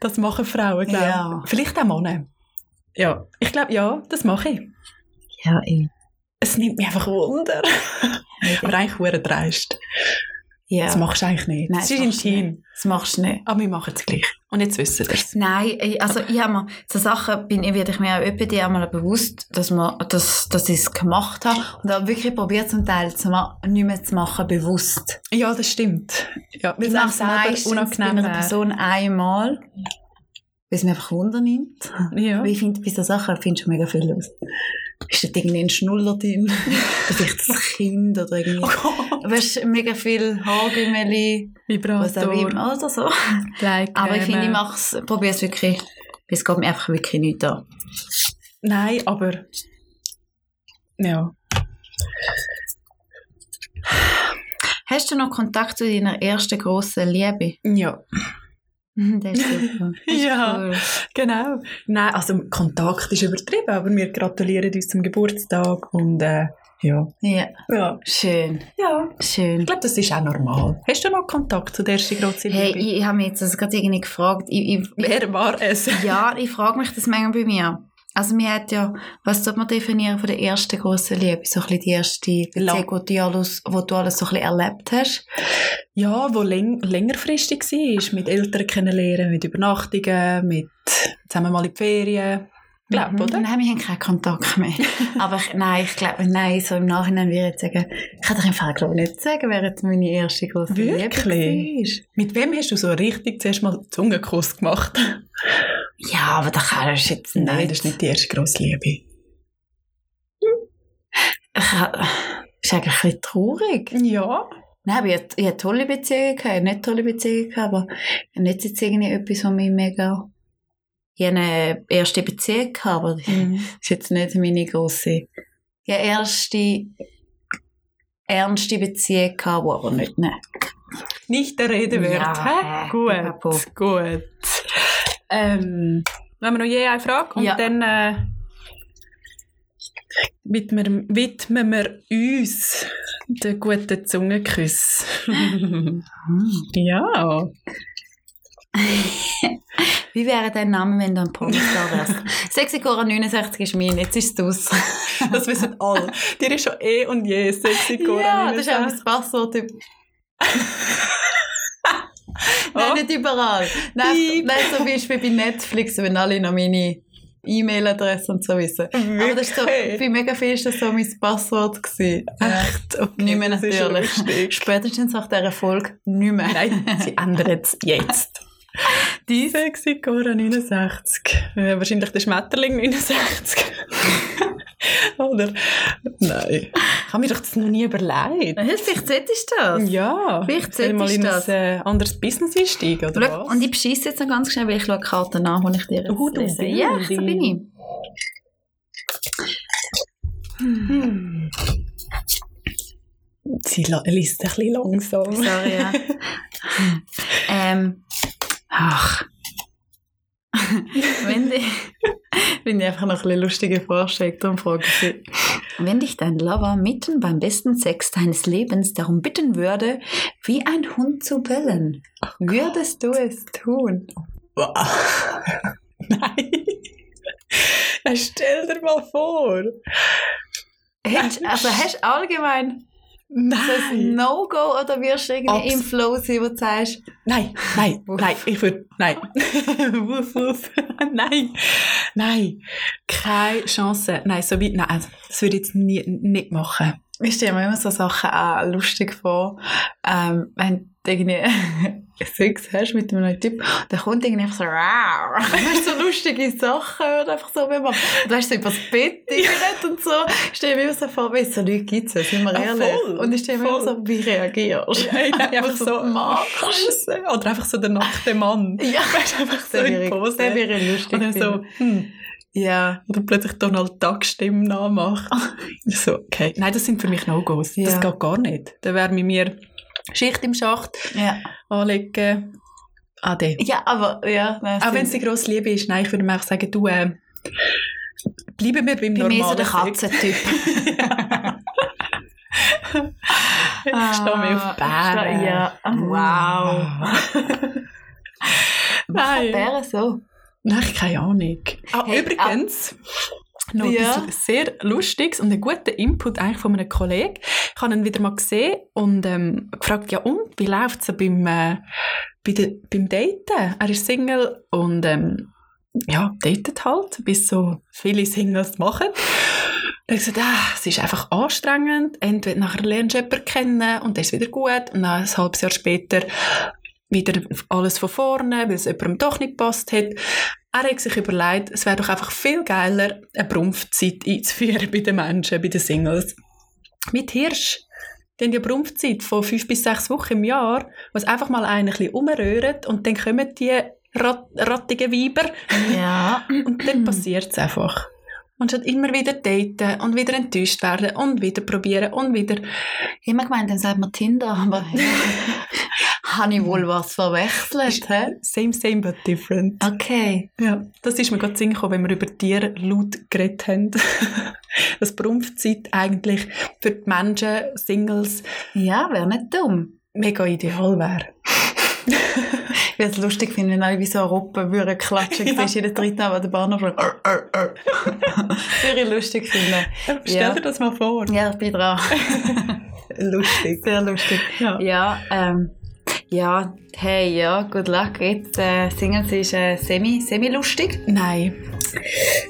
B: Das machen Frauen, glaube ich.
A: Ja.
B: Vielleicht auch Männer. Ja. Ich glaube, ja, das mache ich.
A: Ja, ich.
B: Es nimmt mich einfach Wunder. Aber eigentlich hure dreist.
A: Ja,
B: Das machst du eigentlich nicht.
A: Nein,
B: das
A: das
B: ist
A: machst du
B: intim.
A: das machst du nicht.
B: Aber wir machen es gleich. Und jetzt wissen wir es.
A: Nein, ich- also ich habe mir, so Sachen bin ich, werde ich mir auch öppe die einmal bewusst, dass, man, dass, dass ich es gemacht habe und auch wirklich probiert zum Teil zu ma- nicht mehr zu machen, bewusst.
B: Ja, das stimmt. Ja,
A: Ich
B: weil es
A: mache
B: einem
A: es meistens
B: selber unangenehm
A: bei einer
B: wäre.
A: Person einmal, weil es mir einfach Wunder nimmt.
B: Ja.
A: Aber ich finde, bei so Sachen findest du mega viel los. Ist da irgendwie ein Schnuller drin? Oder vielleicht das Kind oder irgendwie...
B: Oh Gott.
A: Weißt du, mega viel Haargümmeli, was auch
B: Vibrator,
A: immer, oder so.
B: Gleitcreme.
A: Aber ich finde, ich mache es, probiere es wirklich. Es geht mir einfach wirklich nicht an.
B: Nein, aber... Ja.
A: Hast du noch Kontakt zu deiner ersten grossen Liebe?
B: Ja.
A: das ist super. Das ist
B: Ja.
A: cool.
B: Genau. Nein, also Kontakt ist übertrieben, aber wir gratulieren uns zum Geburtstag und äh, ja.
A: Ja,
B: Ja.
A: schön,
B: Ja.
A: schön.
B: Ich glaube, das ist auch normal. Hast du noch Kontakt zu der ersten grossen
A: Hey,
B: Liebe?
A: ich, ich habe mich jetzt also gerade irgendwie gefragt. Ich,
B: Wer war es?
A: ich, ja, ich frage mich das manchmal bei mir. Also mir hat ja, was tut man definieren von der ersten grossen Liebe? So ein bisschen die erste Beziehung,
B: Lang-
A: wo du alles, wo du alles so ein bisschen erlebt hast.
B: Ja, wo läng längerfristig war, mit Eltern kennenlernen, mit Übernachtungen, mit zusammen mal in die Ferien. Glaub,
A: Mhm.
B: oder?
A: Nein, wir haben keinen Kontakt mehr. Aber ich, nein, ich glaube, nein, so im Nachhinein würde ich jetzt sagen, ich kann dir im Fall glaube ich nicht sagen, wer jetzt meine erste grosse Liebe
B: Wirklich? Mit wem hast du so richtig zuerst mal Zungenkuss gemacht?
A: war. Ja, aber da kannst du jetzt nicht.
B: Nein, das ist nicht die erste grosse Liebe.
A: Ich, das ist eigentlich ein bisschen traurig.
B: Ja.
A: Nein, aber ich, hatte- ich hatte tolle Beziehungen, gehabt, ich hatte nicht tolle Beziehungen, gehabt, aber ich habe nicht jetzt irgendwie etwas, was mich mega... Ich hatte eine erste Beziehung, gehabt, aber das
B: Mhm.
A: ist jetzt nicht meine grosse... Ich hatte erste... ernste Beziehung, gehabt, die aber nicht... Nein.
B: Nicht der Rede wert.
A: Ja,
B: hä?
A: hä? Pipapo.
B: Gut, gut. Ähm, haben wir noch je eine Frage? Und
A: Ja.
B: dann äh, widmen, wir- widmen wir uns den guten Zungenküssen. ja.
A: Wie wäre dein Name, wenn du ein Pornostar wärst? Sexy Cora 69 ist mein, jetzt ist es aus.
B: Das wissen alle. Dir ist schon eh und je sexy
A: ja,
B: Cora
A: das ist auch mein Passwort. Nein,
B: Oh.
A: nicht überall. Nein,
B: Piep.
A: nein, zum Beispiel bei Netflix, wenn alle noch meine E-Mail-Adresse und so wissen. Aber das ist so,
B: Oh, Wirklich?
A: bei mega viel ist das so mein Passwort gewesen.
B: Echt? Okay,
A: Nicht mehr
B: das ist
A: natürlich.
B: lustig.
A: Spätestens nach dieser Folge nicht mehr.
B: Nein, sie ändern es jetzt. Die sexy Cora 69. Äh, wahrscheinlich der Schmetterling 69. Oder? Nein. Ich habe mir doch das noch nie überlegt.
A: Hey, Vielleicht solltest du das.
B: Ja.
A: Vielleicht
B: soll ich mal
A: solltest
B: in
A: du
B: ein
A: das.
B: äh, anderes Business einsteigen, oder
A: Schau,
B: was?
A: und ich beschisse jetzt noch ganz schnell, weil ich schaue die Karten an, die ich dir jetzt
B: Oh, du
A: lese. Ja, so
B: Wilde.
A: bin ich.
B: Hm. Sie la- liest ein bisschen langsam.
A: Sorry, ja. ähm, ach. Wenn dich... Finde ich einfach noch eine lustige Vorstellung, darum frage ich sie. Wenn dich dein Lover mitten beim besten Sex deines Lebens darum bitten würde, wie ein Hund zu bellen, würdest du es tun?
B: Wow. Nein. Ja, Stell dir mal vor.
A: Hättest- Also hast du allgemein Ist das ein
B: Nein!
A: No-Go oder wirst du irgendwie
B: Abs-
A: im Flow sein, wo du sagst,
B: Nein, nein,
A: Wuff.
B: nein, ich würde, nein. wuff, wuff. nein, nein. Keine Chance. Nein, so weit, nein. also, Das würde ich jetzt nie, nicht machen.
A: ich stelle mir immer so Sachen auch lustig vor, ähm, wenn du irgendwie Sex hast mit einem neuen Typ, dann kommt irgendwie einfach so, "Rau." weißt du, so lustige Sachen oder einfach so, wenn man, und weißt du, so über das Bett geredet und so, ich stelle mir immer so vor, wie so Leute gibt es, sind wir
B: Ah,
A: ehrlich,
B: voll,
A: und ich stelle mir immer
B: voll.
A: so, wie reagierst du?
B: Nein, nein,
A: Was du machst.
B: Scheiße. Oder einfach so der nackte Mann.
A: Ja,
B: Weißt du, einfach so
A: der
B: in
A: wäre,
B: Pose.
A: der wäre lustig.
B: Oder so,
A: finden.
B: hm.
A: Ja,
B: Oder plötzlich Donald Duck Stimme nachmacht. so, okay. Nein, das sind für mich No-Gos.
A: Ja.
B: Das geht gar nicht. Dann wäre mit mir Schicht im Schacht
A: ja.
B: anlegen. Ade.
A: Ja, aber, ja. Nein,
B: Auch
A: sind-
B: wenn es die grosse Liebe ist, nein, ich würde mir auch sagen, du, äh, bleiben wir beim
A: Bei mir so
B: normalen
A: der
B: Sex.
A: Katzentyp.
B: Ich stehe mehr auf Bären.
A: Ah, Ja, Ah. wow.
B: Ah. nein,
A: Bären so.
B: nein, keine Ahnung. Ah,
A: Hey, ah,
B: übrigens, noch
A: Ja.
B: etwas sehr Lustiges und einen guten Input eigentlich von einem Kollegen. Ich habe ihn wieder mal gesehen und ähm, gefragt, ja und, wie läuft es beim, äh, bei der- beim Daten? Er ist Single und ähm, ja, datet halt, wie es so viele Singles machen. Dann habe ich gesagt, ah, es ist einfach anstrengend. Entweder nachher lernst du jemanden kennen und dann ist es wieder gut. Und dann ein halbes Jahr später wieder alles von vorne, weil es jemandem doch nicht gepasst hat. Er hat sich überlegt, es wäre doch einfach viel geiler, eine Brumpfzeit einzuführen bei den Menschen, bei den Singles. Mit Hirsch. Die haben ja Brumpfzeit von fünf bis sechs Wochen im Jahr, wo es einfach mal einen ein bisschen umrührt und dann kommen die rat rattigen Weiber
A: Ja.
B: und dann passiert es einfach. Man sollte immer wieder daten und wieder enttäuscht werden und wieder probieren und wieder.
A: Immer gemeint, dann sagt man Tinder, aber habe ich wohl was verwechselt, hä?
B: Same, same, but different.
A: Okay.
B: Ja, das ist mir gerade in den Sinn gekommen, wenn wir über Tiere laut geredet haben. Dass Brumpfzeit eigentlich für die Menschen, Singles,
A: Ja, wäre nicht dumm.
B: mega ideal wäre.
A: Ich würde es lustig nou finden, wenn alle wie so Europa würden klatschen.
B: Ja.
A: Ja. Siehst du jeden dritten Abend an der Bahnhof. Arr, arr, arr. Würde ich lustig finden. Ja.
B: das mal vor.
A: Ja, ich bin dran.
B: Lustig.
A: Sehr lustig.
B: Ja.
A: Ja, ähm, ja, hey, ja, good luck. Jetzt, äh, Singles ist äh, semi, semi lustig.
B: Nein.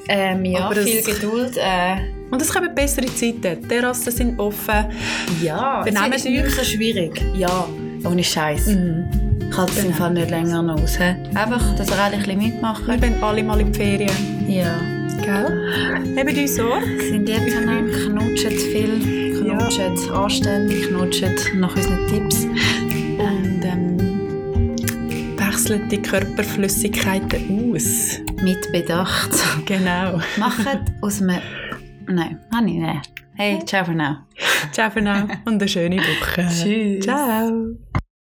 A: Ähm, ja,
B: Aber es-
A: viel Geduld. Äh,
B: Und es kommen bessere Zeiten. Die Terrassen sind offen.
A: ja,
B: Benehmen
A: es ist nicht Mhm.
B: euch.
A: so schwierig. Ja, ohne Scheiß.
B: Mhm.
A: Ich halte es im
B: Benehmen
A: Fall nicht länger noch aus. hä? Einfach, dass ihr alle ein bisschen
B: Wir
A: mitmachen.
B: wollen alle mal in die Ferien.
A: Ja.
B: Gell? Neben uns Sorge.
A: Sind ihr zusammen, knutschen viel,
B: Ja.
A: knutschen anständig, knutschen nach unseren Tipps.
B: Und ähm, wechseln die Körperflüssigkeiten aus.
A: Mit Bedacht.
B: Genau.
A: Macht aus einem... Nein, habe ich nicht. Hey, ciao for now.
B: Ciao für now und eine schöne Woche.
A: Tschüss.
B: Ciao.